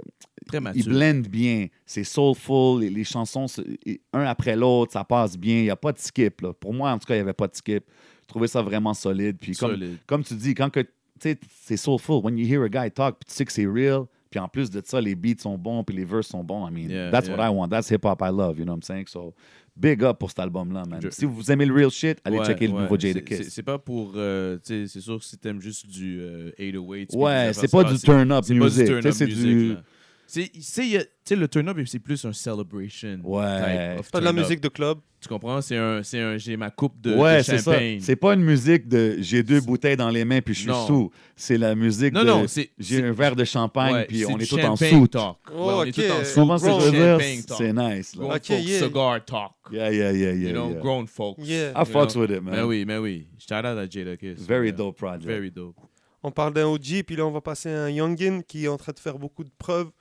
Très
Il
mature.
blende bien. C'est soulful. Les, les chansons, se- et- un après l'autre, ça passe bien. Il n'y a pas de skip. là. Pour moi, en tout cas, il n'y avait pas de skip. Je trouvais ça vraiment solide. Puis comme,
Solide.
comme tu dis, quand que, tu sais, c'est soulful, when you hear a guy talk, puis tu sais que c'est real, puis en plus de ça, les beats sont bons, puis les verses sont bons. I mean,
Yeah,
that's
yeah.
what I want. That's hip-hop I love. You know what I'm saying? So, big up pour cet album-là, man.
Je-
Si vous aimez le real shit, allez
Ouais,
checker le
ouais.
nouveau
C'est-
Jada
c'est-
Kiss.
C'est pas pour. euh, tu sais, c'est sûr que si t'aimes juste du euh, 808. puis des
Ouais,
affaires,
c'est pas du
c'est-
turn-up
C'est pas du
music. Tu sais,
turn-up
C'est
music.
du...
là. Tu sais, il- c'est- il y a- tu sais, le turn-up, c'est plus un celebration.
Ouais.
type of
Pas de la
turn-up.
musique de club.
Tu comprends? C'est un, c'est un j'ai ma coupe de,
ouais,
de
c'est ça.
champagne.
C'est pas une musique de j'ai deux bouteilles dans les mains puis je suis
Non.
sous. C'est la musique
Non,
de
non, c'est.
j'ai
c'est-
un verre de champagne
ouais,
puis
c'est
on
du
est tous en
champagne
sous.
talk. Ouais,
Oh,
on
ok.
est tous en
Tu
sous.
Souvent, c'est
Grown
je veux dire,
champagne talk.
c'est nice. Là.
Grown
Ok,
folk
yeah.
cigar talk.
Yeah, yeah, yeah, yeah.
you know,
yeah.
grown folks.
Yeah.
I
You
fucks
know.
with it, man.
Mais oui, mais oui. Shout out à Jada Kiss.
Very
Yeah.
dope project.
Very dope.
On parle d'un OG, puis là, on va passer à un youngin qui est en train de faire beaucoup de preuves.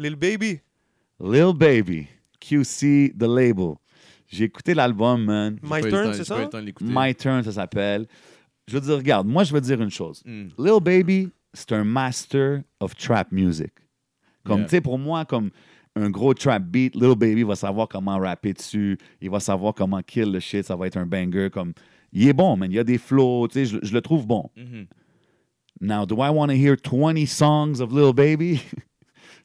Lil Baby.
Lil Baby, QC, The Label. J'ai écouté l'album, man.
My
J'ai pas eu le temps-
Turn, c'est
j'ai
ça?
pas eu le temps de l'écouter.
My Turn, ça s'appelle. Je veux dire, regarde, moi, je veux dire une chose.
Mm.
Lil Baby, c'est un master of trap music. Comme,
Yeah.
tu sais, pour moi, comme un gros trap beat, Lil Baby va savoir comment rapper dessus, il va savoir comment kill le shit, ça va être un banger. Comme, il est bon, man. Il y a des flows, tu sais, je, je le trouve bon.
Mhm.
Now, do I want to hear 20 songs of Lil Baby?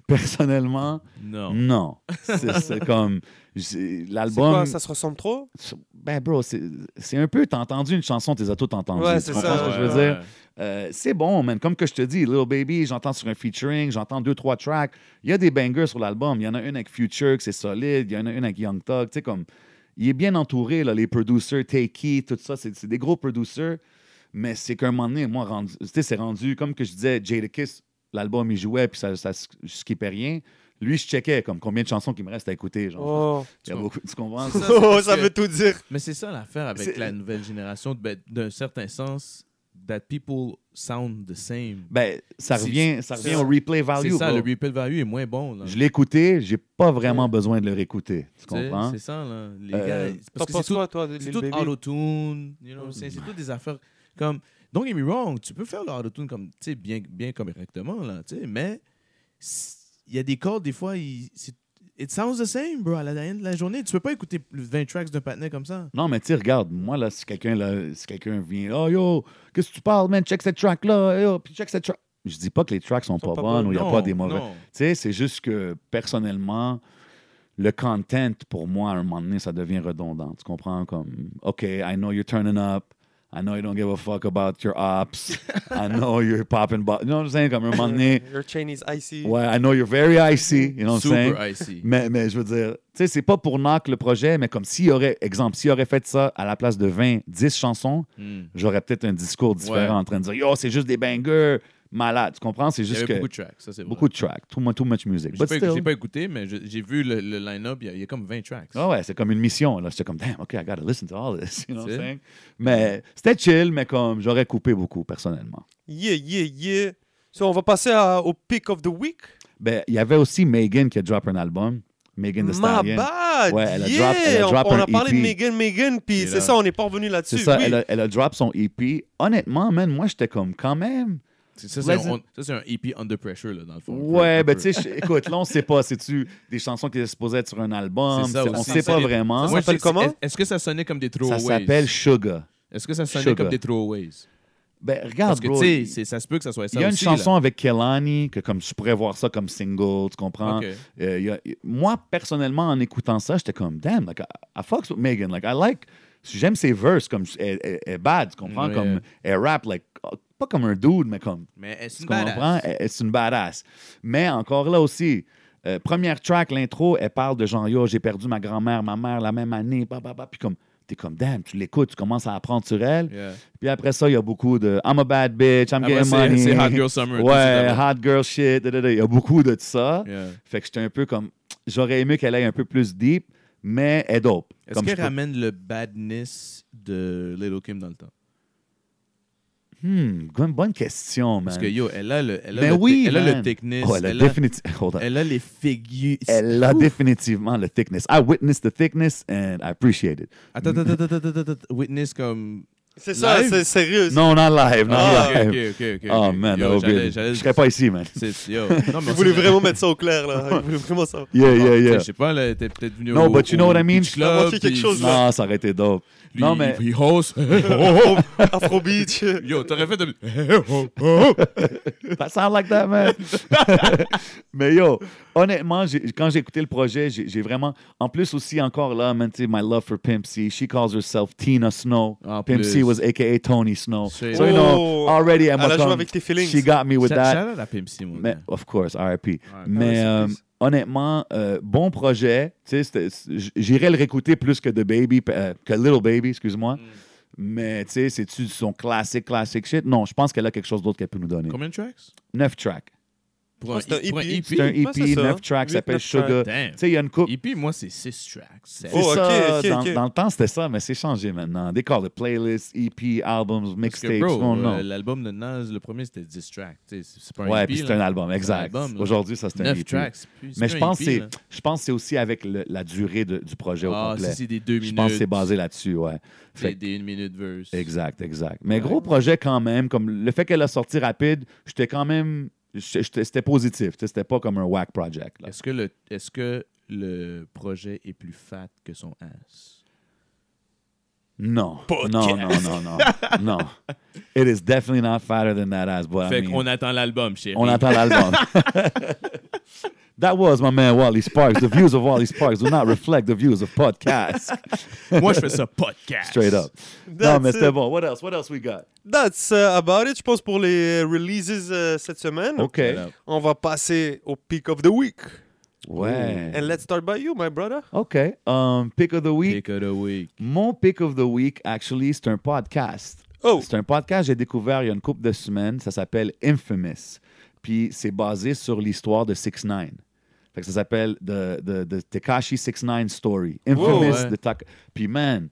Personnellement,
Non.
non. C'est c'est comme, j'ai-
C'est quoi,
l'album.
ça se ressemble trop?
Ben, bro, c'est c'est un peu. T'as entendu une chanson, t'es as toutes entendues.
Ouais,
Tu
c'est
comprends
ça,
ce que je veux
ouais,
dire? Euh, c'est bon, man. Comme que je te dis, Little Baby, j'entends sur un featuring, j'entends deux, trois tracks. Il y a des bangers sur l'album. Il y en a une avec Future, que c'est solide. Il y en a une avec Young Thug. Tu sais, comme. Il est bien entouré, là, les producers, Takey, tout ça. C'est c'est des gros producers. Mais c'est qu'à un moment donné, moi, rendu- tu sais, c'est rendu, comme que je disais, Jada Kiss, l'album, il jouait, puis ça, ça je skippais rien. Lui, je checkais, comme combien de chansons qu'il me reste à écouter. Genre.
Oh,
Il y a
Tu
beaucoup, tu comprends?
C'est ça,
Oh,
parce
ça
que-
veut tout dire.
Mais c'est ça l'affaire
C'est-
avec la nouvelle génération, ben, d'un certain sens, that people sound the same.
Ben, ça
C'est-
revient, ça
c'est
revient
ça.
au replay
C'est
value.
ça,
bro.
le replay value est moins bon. Là.
Je l'ai écouté, j'ai pas vraiment besoin de le réécouter. Tu
Tu sais,
comprends?
C'est ça, là. Les
Euh,
gars, c'est-
T'en
parce que
penses
c'est tout,
quoi, toi, de
c'est
Lil
tout
Baby?
auto-tune, you know, c'est c'est tout des affaires comme... Don't get me wrong, tu peux faire le auto-tune comme, tu sais, bien, bien correctement, là, tu sais, mais s- il y a des cordes, des fois, il, c'est- it sounds the same, bro, à la dernière de la journée. Tu peux pas écouter 20 tracks d'un patinet comme ça.
Non, mais tu sais, regarde, moi, là, si quelqu'un là, si quelqu'un vient, oh yo, qu'est-ce que tu parles, man? Check cette track-là, oh, yo, puis check cette track. Je dis pas que les tracks sont, pas,
pas
bonnes
bonnes,
ou il n'y a
Non,
pas des mauvais. Tu
non.
sais, c'est juste que personnellement, le content, pour moi, à un moment donné, ça devient redondant. Tu comprends? Comme, OK, I know you're turning up. I know you don't give a fuck about your ops. I know you're popping. bo- You know what I'm saying? Comme à un moment donné,
Your Chinese Icy.
Ouais, I know you're very icy, you know what I'm saying?
Super icy.
Mais, mais je veux dire, tu sais, c'est pas pour knock le projet, mais comme s'il y aurait, exemple, s'il aurait fait ça à la place de 20, 10 chansons,
Mm.
j'aurais peut-être un discours différent
Ouais.
en train de dire Yo, c'est juste des bangers, malade. Tu comprends? C'est
Il y
juste
avait
que.
beaucoup de tracks, ça, c'est vrai.
Beaucoup de tracks, too much, too much music.
J'ai
But
pas,
still-
j'ai pas écouté, mais je- j'ai vu le, le line-up, il y, a- il y a comme 20 tracks.
Ah ouais, c'est comme une mission. Là. J'étais comme, damn, OK, I gotta listen to all this. You know what I'm
C'est-
saying? Mais c'était chill, mais comme j'aurais coupé beaucoup, personnellement.
Yeah, yeah, yeah. So, on va passer à- au Pick of the Week.
Ben, il y avait aussi Megan qui a drop un album. Megan Thee
Ma
Stallion.
bad!
Ouais, elle a
yeah!
drop- elle a
on,
drop
on
un E
a parlé de
EP.
Megan, Megan, puis
Et
c'est
là-
ça, on n'est pas revenu là-dessus.
C'est ça,
oui.
elle, a, elle a drop son EP. Honnêtement, man, moi, j'étais comme quand même.
C'est- Ça, c'est un,
Pleasant.
on- ça, c'est un EP under pressure, là, dans le fond. Un
Ouais,
peu,
ben
un
tu sais, je- écoute, là, on sait pas. C'est-tu des chansons qui étaient supposées être sur un album?
C'est ça
C'est- on
aussi.
sait
Ça,
pas
c'est-
vraiment.
peu.
Ça
Moi,
s'appelle
je-
comment?
est- Est-ce que ça sonnait comme des
Ça
throwaways?
s'appelle Sugar.
Est-ce que ça sonnait
Sugar.
comme des throwaways?
Ben,
Parce
regarde,
que,
bro.
tu sais,
Il
c'est- ça se peut que ça soit ça
y a une
aussi,
chanson avec Kelani que comme tu pourrais voir ça comme single, tu
là.
comprends?
Ok.
Euh, il y a- moi, personnellement, en écoutant ça, j'étais comme, damn, like, I, I fucks with Megan. Like, I like, j'aime ses verses, comme, elle, elle- elle est bad, tu comprends?
Ouais.
Comme, elle rap, like, pas comme un dude, mais comme,
Mais est-ce
Tu
une
comprends?
badass?
Elle- elle- C'est une badass. Mais encore là aussi, euh, première track, l'intro, elle parle de genre, yo, j'ai perdu ma grand-mère, ma mère la même année, bah, bah, bah. Puis comme, t'es comme, damn, tu l'écoutes, tu commences à apprendre sur elle.
Yeah.
Puis après ça, il y a beaucoup de I'm a bad bitch, I'm
Après,
getting
Ah, c'est
money.
c'est Hot Girl Summer. tout
Ouais,
ça, là.
hot girl shit. da, da, da. Il y a beaucoup de ça.
Yeah.
Fait que j'étais un peu comme, j'aurais aimé qu'elle aille un peu plus deep, mais elle est dope.
Est-ce
Comme je
qu'elle
peux-
ramène le badness de Little Kim dans le temps?
Hmm, bonne- bonne question, man.
Parce que, yo, elle a le, elle a
Mais
le,
oui,
te- elle a
man.
le thickness.
Oh, elle a
elle, a,
définitivement. Hold on.
elle a les figures.
Elle a
Ouh.
définitivement le thickness. I witnessed the thickness and I appreciate it.
Attends, attends, attends, attends, attends, attends, Witness comme.
C'est ça,
Live?
c'est sérieux.
Non, not live, not
Ah,
live.
ok, ok, ok.
Oh
ok.
man,
Yo,
that would
j'allais-
be-
j'allais-
je serais pas ici, man.
C'est- yo. Non, mais
Je voulais
on sait-
vraiment mettre ça au clair, là. Je voulais vraiment ça.
Yeah,
Ah,
yeah,
tu sais,
yeah.
Je sais pas, là, t'es peut-être venu
No,
au,
but you know
au
what I mean?
Beach Club,
Ça manquait quelque
puis-
chose, là.
Non, ça aurait été dope.
Lui,
Non, mais-
il, il hausse.
Afrobeat.
Yo, t'aurais fait de...
That sound like that, man. Mais yo, honnêtement, j'ai- quand j'ai écouté le projet, j'ai j'ai vraiment. En plus, aussi, encore là, man, tu sais, my love for Pimp C. She calls herself Tina Snow.
En
Pimp C
plus.
was AKA Tony Snow.
C'est-
So, you know,
Oh.
already, I'm
Elle a joué avec tes feelings.
She got me with
Shout-
that.
shout out à Pimp C, mon
Mais,
gars.
of course, RIP.
ouais,
Mais
c'est
euh,
triste.
honnêtement, euh, bon projet. Tu sais, c'était- c'est- j- J'irais le réécouter plus que The Baby, euh, que Little Baby,
Mm.
excuse-moi. Mais tu sais, c'est-tu son classique, classique shit? Non, je pense qu'elle a quelque chose d'autre qu'elle peut nous donner.
Combien de tracks?
Neuf tracks.
Pour un,
c'est un
pour
EP.
C'est un
Ouais, c'est
EP,
ça.
neuf tracks, ça
Huit,
s'appelle
neuf tracks.
Sugar. Tu
Damn.
sais, il y a une coupe.
EP, moi, c'est 6 tracks. sept.
C'est
Oh, ok,
ça,
ok,
dans,
ok.
dans le temps, c'était ça, mais c'est changé maintenant. They call it playlists, EP, albums,
Parce que,
mixtapes,
bro,
non, non.
euh, l'album de Nas, le premier, c'était 10 tracks. tu sais, C'est c'est pas E un
Ouais,
EP.
puis c'est un album, exact.
album, là.
Aujourd'hui, ça, c'est un
9
EP.
tracks. c'est plus- c'est
Mais
plus
je
un
pense, que
EP,
c'est-
là.
je pense que c'est aussi avec le- la durée de- du projet au
Ah,
complet.
si c'est des 2 minutes.
Je pense que c'est basé là-dessus, ouais.
C'est
Fait que-
des 1 minute verse.
exact, exact. Mais
Ouais.
gros projet quand même. Comme le fait qu'elle a sorti rapide, j'étais quand même. j'étais- j'étais- C'était positif. tu sais, C'était pas comme un whack project. là.
Est-ce que, le, est-ce que le projet est plus fat que son ass?
Non.
Podcast.
Non, non, non, non. non. It is definitely not fatter than that ass, but I
fait
mean,
qu'on attend l'album, chérie.
on attend l'album. That was my man Wally Sparks. The views of Wally Sparks do not reflect the views of podcast.
Moi, je fais ça podcast.
Straight up. non,
That's
mais c'était
it.
bon. What else? What else we got?
That's uh, about it, je pense, pour les euh, releases euh, cette semaine.
OK.
Voilà.
On va passer au pick of the week.
Ouais.
And let's start by you, my brother.
OK. Um, pick of the week.
Pick of the week.
Mon pick of the week, actually, c'est un podcast.
Oh.
C'est un podcast que j'ai découvert il y a une couple de semaines. Ça s'appelle Infamous. Puis c'est basé sur l'histoire de 6 9 fait que ça s'appelle The, the, the Tekashi 69 Story. Infamous.
ouais.
de Tak- Puis man,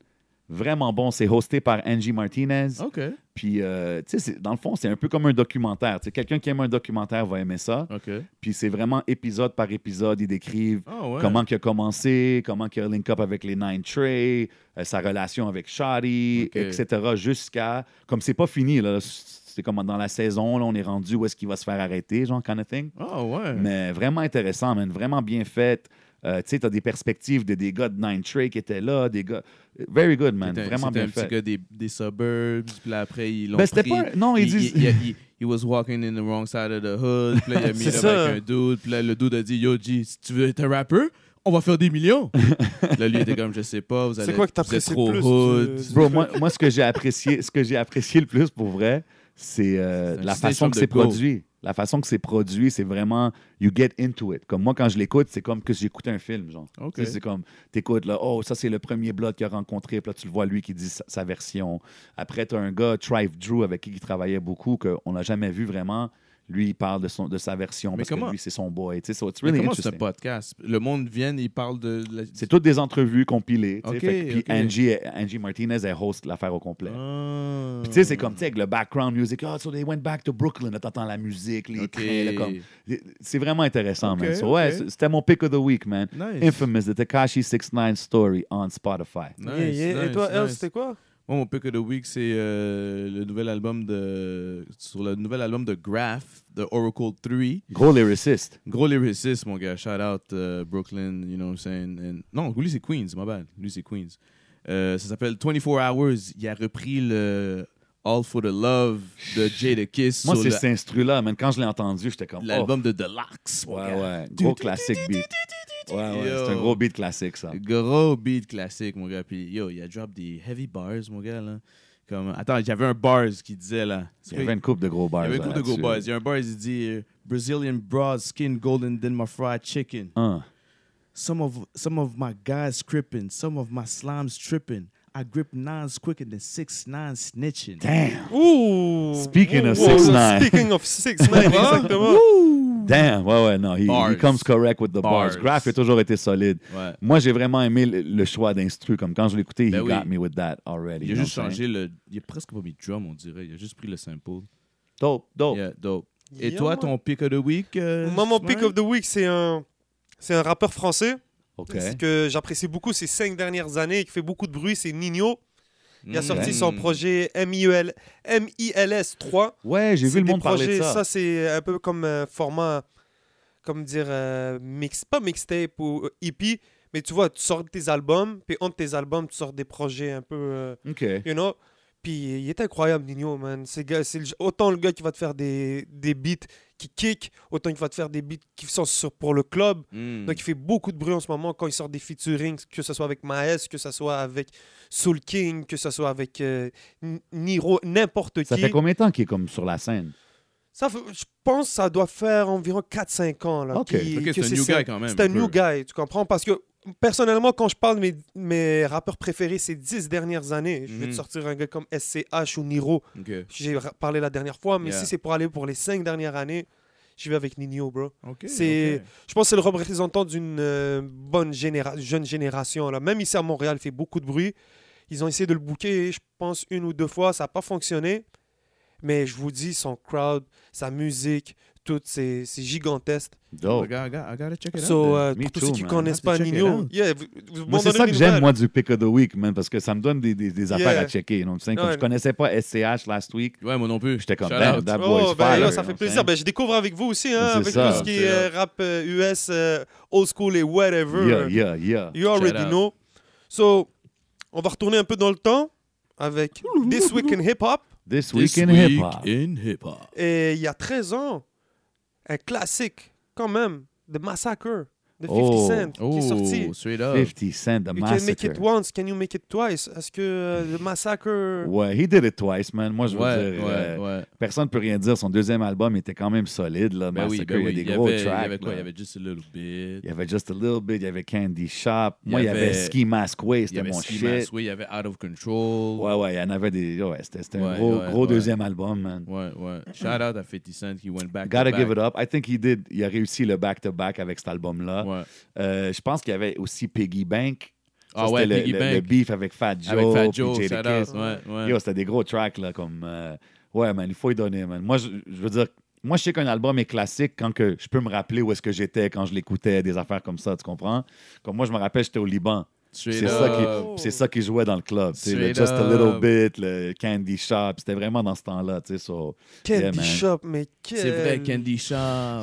vraiment bon. C'est hosté par Angie Martinez.
OK.
Puis euh, tu sais, c'est- dans le fond, c'est un peu comme un documentaire. Tu sais, Quelqu'un qui aime un documentaire va aimer ça.
OK.
Puis c'est vraiment épisode par épisode. Ils décrivent
Ah ouais.
Comment qu'il a commencé, comment qu'il a link up avec les Nine Trey, euh, sa relation avec Shadi,
Ok.
etc. Jusqu'à. Comme c'est pas fini, là. C'est comme dans la saison, là, on est rendu où est-ce qu'il va se faire arrêter, genre, kind of thing.
Ah ouais.
Mais vraiment intéressant, man. Vraiment bien fait. Euh, tu sais, t'as des perspectives de des gars de Nine Trey qui étaient là, des gars. euh, Very good, man.
C'était un-
Vraiment
c'était
bien
un
fait.
petit gars des, des suburbs, puis là, après, ils l'ont
Ben, c'était
pris.
pas. Non, ils
il,
disent.
il- il- il- he was walking in the wrong side of the hood. Puis là, il a mis
C'est
là
ça.
avec un dude. Puis là, le dude a dit Yo, G, si tu veux être un rappeur, on va faire des millions. là, lui, il était comme Je sais pas, vous
C'est
allez.
quoi que
vous êtes
t'apprécies le
trop
plus
hood.
du-
Bro, moi, moi, ce que j'ai apprécié, ce que j'ai apprécié le plus pour vrai, c'est euh,
C'est un
la
ciné
façon que
de
c'est
go.
produit. La façon que c'est produit, c'est vraiment you get into it. Comme moi, quand je l'écoute, c'est comme que j'écoute un film, genre.
Ok.
Tu sais, C'est comme t'écoutes là, oh ça c'est le premier blood qu'il a rencontré, puis là tu le vois lui qui dit sa, sa version. Après t'as un gars Trive Drew avec qui il travaillait beaucoup qu'on n'a jamais vu vraiment. Lui il parle de son de sa version
Mais
parce
comment-
que lui c'est son boy. Tu sais, so it's
Mais
really
comment c'est un
interesting.
podcast Le monde vient, il parle de. La...
C'est toutes des entrevues compilées. tu sais,
Ok,
fait que- puis
ok.
Angie, Angie Martinez elle host l'affaire au complet.
Ah.
Puis tu sais, c'est comme, tu sais,
Mm.
avec le background music, oh, so they went back to Brooklyn, là, t'entends la musique, les
Ok.
trains, là, comme... C'est vraiment intéressant,
Ok,
man. So, ouais,
ok.
c- c'était mon pick of the week, man.
Nice.
Infamous, the Takashi 69 story on Spotify.
Nice,
Yeah, yeah. Et
nice,
toi, Elle,
nice.
c'était quoi?
Moi, mon pick of the week, c'est euh, le nouvel album de. Sur le nouvel album de Graph, de Oracle 3.
Gros lyriciste.
Gros lyriciste, mon gars. Shout out euh, Brooklyn, you know what I'm saying? And- Non, lui c'est Queens, my bad. Lui c'est Queens. Euh, ça s'appelle 24 Hours. Il a repris le All for the Love de Jada Kiss
Moi,
sur
c'est
le-
cet instru-là, man. Quand je l'ai entendu, j'étais comme, oh,
l'album de Deluxe. mon
ouais,
gars.
ouais, gros classique beat. Ouais, ouais,
Yo.
c'est un gros beat classique, ça.
Gros beat classique, mon gars. Puis yo, il a drop des heavy bars, mon gars. Là. Comme... Attends, j'avais un bars qui disait là.
Il y avait une coupe de gros bars.
Il y avait un coup de
là-dessus.
go bars. Il y a un bars, il dit euh, Brazilian broad skin golden than my fried chicken.
Hein.
Some of some of my guys crippin', some of my slimes trippin'. I grip nines quicker than six nine snitching.
Damn,
Ooh!
Speaking of
Wow,
6ix9ine.
Speaking of 6ix9ine, exactement.
damn, ouais, ouais, non, he, he
Bars.
comes correct with the bars.
Bars.
Graph a toujours été solide.
Ouais.
Moi, j'ai vraiment aimé le, le choix d'instru. Comme quand je l'ai écouté,
Ben
he
oui.
got me with that already.
Il a
you
juste
know what I'm
changé le. Il a presque pas mis de drum, on dirait. Il a juste pris le sample.
saying? Dope, dope.
Yeah, dope. Et
Yeah,
toi,
man.
ton pick of the week euh,
Oh. Moi, mon pick
Smile?
of the week, c'est un, c'est un rappeur français
OK.
c'est que j'apprécie beaucoup ces cinq dernières années, qui fait beaucoup de bruit, c'est Nino. Il a
Mm.
sorti son
Mm.
projet E MIL, MILS 3.
Ouais, j'ai
C'est
vu le
des
monde parler de
projets-
ça.
c'est un peu comme euh, format, comme dire, euh, mix, pas mixtape ou euh, EP, Mais tu vois, tu sors tes albums, puis entre tes albums, tu sors des projets un peu, euh,
OK.
you know. Puis il est incroyable, Nino, man. C'est gars- c'est le- autant le gars qui va te faire des, des beats qui kick, autant qu'il va te faire des beats qui sont sur, pour le club.
mm.
Hmm.
Donc il fait beaucoup de bruit en ce moment quand il sort des featurings, que ce soit avec Maes, que ce soit avec Soul King, que ce soit avec euh, N- Niro, n'importe qui.
Ça fait combien de temps qu'il est comme sur la scène?
Ça fait- je pense que ça doit faire environ 4-5 ans. Là,
Ok.
qu'il-
Ok,
que
c'est un new guy quand même.
C'est un
peu.
new guy, tu comprends? Parce que personnellement, quand je parle de mes, mes rappeurs préférés ces 10 dernières années, je vais te
Mhm.
sortir un gars comme SCH ou Niro.
Ok.
J'ai ra- parlé la dernière fois, mais
Yeah.
si c'est pour aller pour les 5 dernières années, je vais avec Nino, bro.
Ok,
C'est-
ok.
Je pense que c'est le représentant d'une euh, bonne généra- jeune génération. Là. Même ici à Montréal, il fait beaucoup de bruit. Ils ont essayé de le booker, je pense, une ou deux fois. Ça n'a pas fonctionné. Mais je vous dis, son crowd, sa musique, tout, c'est c'est gigantesque.
Dope.
I gotta- I gotta- I gotta check it out,
Oh. So,
then.
euh,
Me
pour tous ceux
too,
qui ne
man.
connaissent
I have
pas
to check it
Nino,
out.
yeah, vous, vous
Moi,
m'en
c'est
donnez
ça
des
que j'aime,
nouvelles.
moi, du pick of the week, man, parce que ça me donne des, des, des affaires
Yeah.
à checker. You know what I'm saying? Comme
Ouais.
je connaissais pas SCH last week,
Ouais, moi non plus.
j'étais comme,
Shout
damn,
out.
that boy's
Oh, ben,
fire.
là,
you know
ça
what
fait
I'm
plaisir.
saying?
Ben, je découvre avec vous aussi, hein,
hein. C'est
avec
ça.
tout ce qui
C'est
est euh, rap euh, US, euh, old school et whatever.
Yeah, yeah, yeah.
You already
out.
know. So, on va retourner un peu dans le temps avec This Week in Hip Hop.
This
This
week in
week
hip-hop.
in hip-hop.
Et il y a 13 ans, un classique, quand même, de Massacre de 50
Oh.
Cent qui est sorti.
Oh, straight up.
50 Cent, The
You can make it
Massacre.
once, can you make it twice? Est-ce que euh, le Massacre.
Ouais, he did it twice, man. Moi, je veux
Ouais,
dire, euh,
ouais, ouais.
personne ne peut rien dire. Son deuxième album était quand même solide, là.
Ben oui,
Massacre, il
ben oui.
y a des
il
gros
avait,
tracks.
Il y avait quoi?
là.
Il y avait Just a Little Bit.
Il y avait Just a Little Bit, il y avait Candy Shop.
Il y
Moi, il y avait
avait-
Ski Mask Way,
Il y
c'était
avait
mon
Ski
shit.
Mask, oui, il y avait Out of Control.
Ouais, ouais, il y en avait des. Ouais, c'était c'était un
Ouais,
gros,
ouais,
gros
ouais.
deuxième album, man.
Ouais, ouais. Shout out à 50 Cent qui went back.
Gotta give it up. I think he did. Il a réussi le back-to-back avec cet album-là.
Ouais.
Euh, je pense qu'il y avait aussi Piggy Bank. Ça,
Ah ouais,
c'était le-
Piggy
le,
Bank.
Le beef avec Fat Joe.
Avec Fat
puis
Joe,
Jadakiss.
shout out. Ouais, ouais.
Yo, c'était des gros tracks, là, comme... euh, ouais, man, il faut y donner, man. Moi, je, je veux dire, moi, je sais qu'un album est classique quand que je peux me rappeler où est-ce que j'étais quand je l'écoutais, des affaires comme ça, tu comprends? Comme moi, je me rappelle, j'étais au Liban.
Straight
C'est
up.
ça,
up.
qui, c'est ça qui jouait dans le club. tu sais, le
Straight
Just a Little
up.
Bit, le Candy Shop. C'était vraiment dans ce temps-là, tu sais. so, Yeah,
Candy
man.
Shop, mais quel.
C'est vrai, Candy Shop.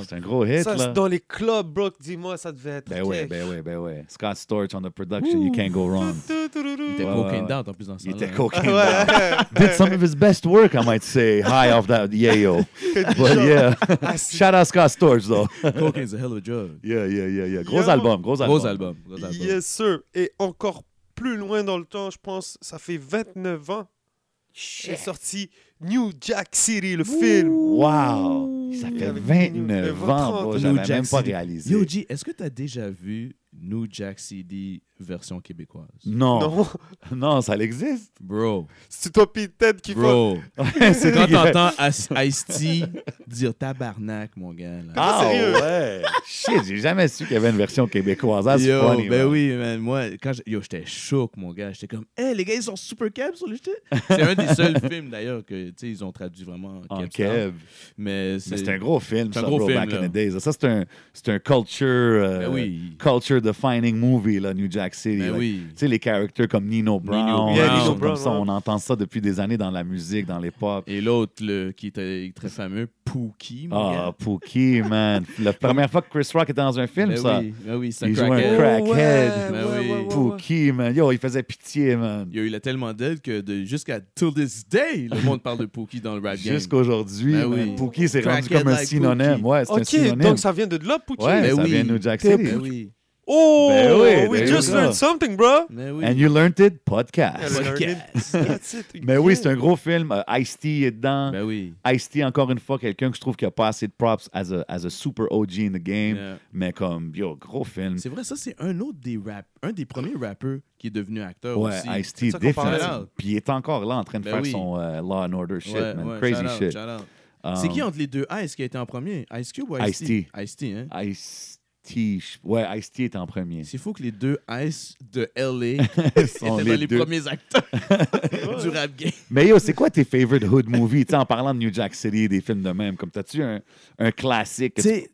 c'est un gros hit,
Ça,
là.
c'est dans les clubs, bro. Dis-moi, ça devait être.
Ben ouais,
quel-
ben ouais, ben ouais. Scott Storch on the production, you can't go wrong.
Il était
Ouais,
cocaine
ouais.
down en plus dans ça.
Il était
Ah
cocaine. down.
ouais.
did some of his best work, I might say, high off that yayo. But yeah,
Ah, c'est-
shout out Scott Storch though.
hein. Cocaine's a hell of a drug.
Yeah, yeah, yeah, yeah. Gros
Yo.
album, gros album.
Gros album. Gros album.
Yes, sir. Et encore plus loin dans le temps, je pense, ça fait 29 ans, est sorti New Jack City, le film.
Wow, ça fait
Avec
29
30
ans, bro.
New
J'avais
Jack
même pas
City.
réalisé.
Yo, G, est-ce que t'as déjà vu New Jack CD version québécoise?
Non,
Non,
non, ça existe.
Bro,
c'est toi puis Ted qui font.
bro.
C'est lui
Quand
qui fait-
t'entends Ice- Ice-T dire tabarnak, mon gars. là.
Ah
sérieux.
ouais. Shit, j'ai jamais su qu'il y avait une version québécoise. That's
Yo,
funny.
ben
man.
oui, man. Moi, quand j'ai- yo, j'étais choc, mon gars. J'étais comme, hé, les gars, ils sont super cab sur le shit. C'est un des seuls films, d'ailleurs, que, tu sais, ils ont traduit vraiment en
En
cab. style.
Kev.
Mais c'est.
Mais c'est un gros film,
C'est
ça,
un gros
bro,
film,
back in
là.
the days. Ça, c'est un, c'est un culture, euh,
Ben oui.
culture defining movie, là, New Jack City.
Ben
là.
oui.
Tu sais, les characters comme Nino Brown,
Yeah,
des
Nino
choses
Brown,
comme ça,
ouais.
on entend ça depuis des années dans la musique, dans les pop.
Et l'autre, le- qui était très fameux, Pookie, mon
Ah,
gars.
Pookie, man. La première fois que Chris Rock était dans un film,
Ben
ça.
oui, ben oui, c'est un
Il jouait un
crackhead.
crack. Crackhead.
Ouais,
Ben
ouais,
oui.
ouais, ouais, ouais.
Pookie, man. Yo, il faisait pitié, man.
Il y a eu la tellement d'elle que de- jusqu'à till this day, le monde parle de Pookie dans le rap game.
Jusqu'aujourd'hui,
Ben
man,
oui.
Pookie s'est rendu
Crackhead
comme un
like
synonyme.
Pookie.
Ouais, c'est un
Ok,
synonyme.
donc ça vient de là, Pookie.
ouais,
Ben
ça
oui.
vient de New Jack
Ben
City.
Ben oui,
Oh,
Ben oui,
we
ben
just
oui.
learned something, bro.
ben
And
oui.
you learned it, podcast.
Elle a learned it. That's it.
Mais Ben oui,
Yeah.
c'est un gros film. Euh, Ice-T est dedans.
Ben oui.
Ice-T, encore une fois, quelqu'un que je trouve qui a pas assez de props as a, as a super OG in the game.
Yeah.
Mais comme, yo, gros film.
C'est vrai, ça, c'est un autre des rap, un des premiers rappeurs qui est devenu acteur
Ouais,
aussi.
Ice-T,
ça qu'on parlait
définitivement.
là.
Puis il est encore là en train de
Ben
faire
oui.
son euh, Law and Order shit,
Ouais,
man.
ouais,
Crazy
shout out,
shit.
shout out.
Um,
C'est qui entre les deux Ice qui a été en premier Ice Cube ou Ice T Ice T, hein
Ice-T, je- ouais, Ice-T est en premier.
C'est fou que les deux Ice de LA
Ils
étaient
sont
dans
les
les
deux.
premiers acteurs du rap game.
Mais yo, c'est quoi tes favorite hood movies? Tu sais, en parlant de New Jack City, des films de même, comme t'as-tu un, un classique? que
Tu sais,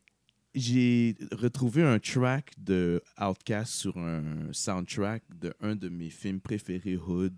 j'ai retrouvé un track de Outkast sur un soundtrack de un de
Hein?
mes films préférés, Hood,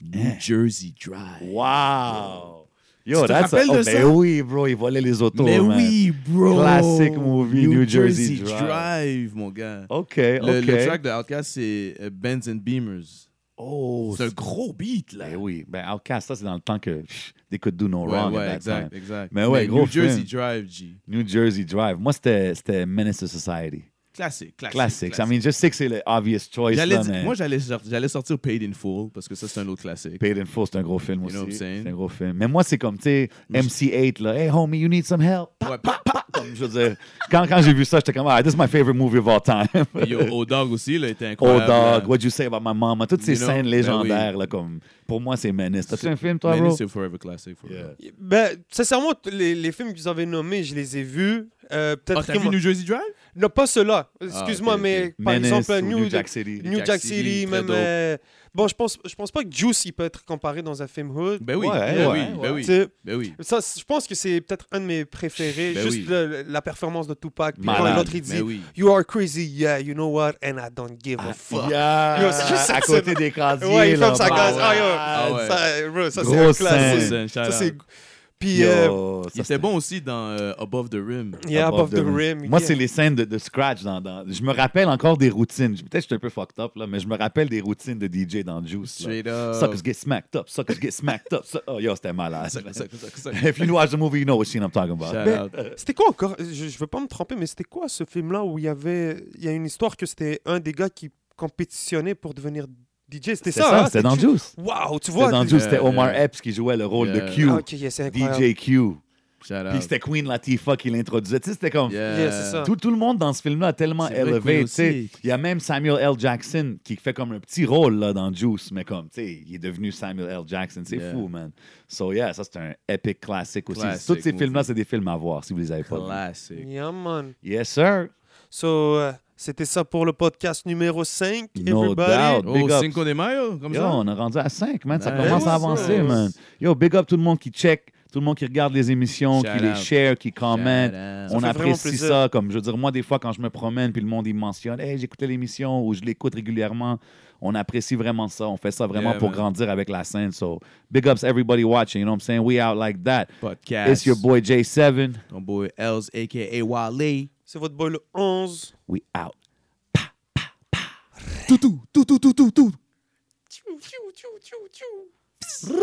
New Jersey Drive.
Wow! Yo,
Tu te
that's a-
rappelles
oh,
de
ben
ça?
oui, bro, il volait les autos.
Mais
Oh, man.
Eh oui, bro.
Classic movie, New Jersey Drive.
mon gars.
OK, OK.
Le, le track de Outkast, c'est euh, Benz and Beamers.
oh,
c'est un gros beat, là.
Ben oui. Ben, Outcast, ça, c'est dans le temps que pff, they could do no
Ouais,
wrong. at
ouais,
that
exact,
time.
exact.
Mais ouais, gros
New Jersey
film.
Drive, G.
New Jersey Drive. Moi, c'était c'était Menace to Society.
Classique, classique.
Classique.
classique.
I mean, je sais que c'est le obvious choice,
J'allais
là,
dire-
mais
moi, j'allais sor- j'allais sortir Paid in Full parce que ça, c'est un autre classique.
Paid in Full, c'est un gros film
You know what I'm
aussi.
saying?
C'est un gros film. Mais moi, c'est comme, tu sais, MC8, là. Hey, homie, you need some help. Pa,
Ouais,
pa, pa. Comme, je veux dire, quand, quand j'ai vu ça, j'étais comme, ah, this is my favorite movie of all time.
Puis Yo, Old Dog aussi, là, était
Oh,
incroyable.
dog, what you say about my mama? Toutes ces
You know?
scènes
Ben
légendaires, là, comme, pour moi, c'est Menace. T'as-tu
C'est-
un film, toi,
Mais
bro?
c'est Forever Classic. Forever.
Yeah.
Ben, sincèrement, t- les, les films que vous avez nommés, je les ai vus. Euh,
Ah,
peut-être
t'as
que
vu
moi-
New Jersey Drive?
Non, pas ceux-là. Excuse-moi,
ok, ok.
mais par
Menace
exemple, euh,
ou
New,
New Jack City.
New Jack, City,
très
même.
dope.
euh, Bon, je pense, je pense pas que Juice il peut être comparé dans un film hood.
Ben oui,
Ouais, ouais,
ben oui,
ouais.
ben oui,
Tu sais,
ben oui.
Ça, c- je pense que c'est peut-être un de mes préférés.
Ben
juste
oui.
le- la performance de Tupac. Puis quand
Malade.
l'autre il dit
Ben oui. Ah,
You are crazy, yeah, you know what, and I don't give a Ah, fuck.
Ah, Yeah.
Yo, c'est juste
à
cette
côté
scène.
des casiers.
Ouais, il
là,
ferme sa
bah,
case. Ah, yo.
Ah ouais.
Ça, bro, ça, c'est un
Grosse
classique.
scène.
Grosse scène,
Ça,
shout-out.
c'est- Puis, euh,
Yo, ça,
Il était bon aussi dans euh, Above the Rim.
yeah, above the rim.
Moi,
yeah.
c'est les scènes de, de scratch. Dans, dans- Je me rappelle encore des routines. Je- Peut-être que je suis un peu fucked up, là, mais je me rappelle des routines de DJ dans Juice. Là.
Straight up.
Suckers get smacked up, suckers get smacked up. Suck- Oh, yo, c'était malade.
Suck, suck, suck, suck.
If you watch the movie, you know what scene I'm talking about.
Shout
Ben,
out.
C'était quoi encore je, je veux pas me tromper, mais c'était quoi ce film-là où il y avait. Il y a une histoire que c'était un des gars qui compétitionnait pour devenir DJ. C'était
C'est
ça, hein?
c'était dans Juice.
Waouh, tu vois.
C'était dans
t'es-
Juice, c'était Omar
yeah.
Epps qui jouait le rôle
Yeah.
de Q,
Ah, ok, yeah, c'est incroyable.
DJ Q.
Shout out.
Puis c'était Queen Latifah qui l'introduisait. Tu sais, c'était comme...
Yeah.
Yeah, c'est ça.
Tout, tout le monde dans ce film-là a tellement
C'est vrai que
élevé.
Queen
tu sais.
aussi.
Il y a même Samuel L. Jackson qui fait comme un petit rôle là, dans Juice, mais comme, tu sais, il est devenu Samuel L. Jackson. C'est
Yeah.
fou, man. So, yeah, ça, c'est un épique classique aussi.
Classic
Tous ces
movie.
films-là, c'est des films à voir si vous les avez pas vus.
Classic.
Yeah, man.
Yes, sir.
So, euh, c'était ça pour le podcast numéro 5.
No
everybody.
doubt.
Oh,
Big up.
Cinco de Mayo, comme
Yo,
ça?
on est rendu à 5, man. Ça
Nice.
commence à avancer,
Nice.
man. Yo, big up tout le monde qui check, tout le monde qui regarde les émissions,
Shout
qui les
out.
share, qui commente.
Shout out.
on
fait
apprécie
vraiment plaisir.
ça. Comme je veux dire, moi, des fois, quand je me promène, puis le monde, il me mentionne, hey, j'écoutais l'émission ou je l'écoute régulièrement. On apprécie vraiment ça. On fait ça vraiment
Yeah,
pour
man.
grandir avec la scène. So, big ups everybody watching. You know what I'm saying? We out like that.
Podcast.
It's your boy J7.
Ton boy Els, a.k.a. Wale.
C'est votre boy le 11.
We out.
Toutou, toutou, toutou, toutou.
Tchou, tchou, tchou, tchou,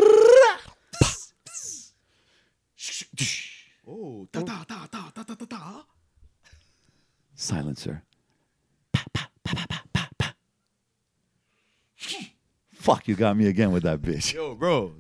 tchou.
Oh, ta ta ta ta ta ta ta ta.
Silencer. Pa, pa, pa, pa, pa, pa, pa. Fuck, you got me again with that bitch.
Yo, bro,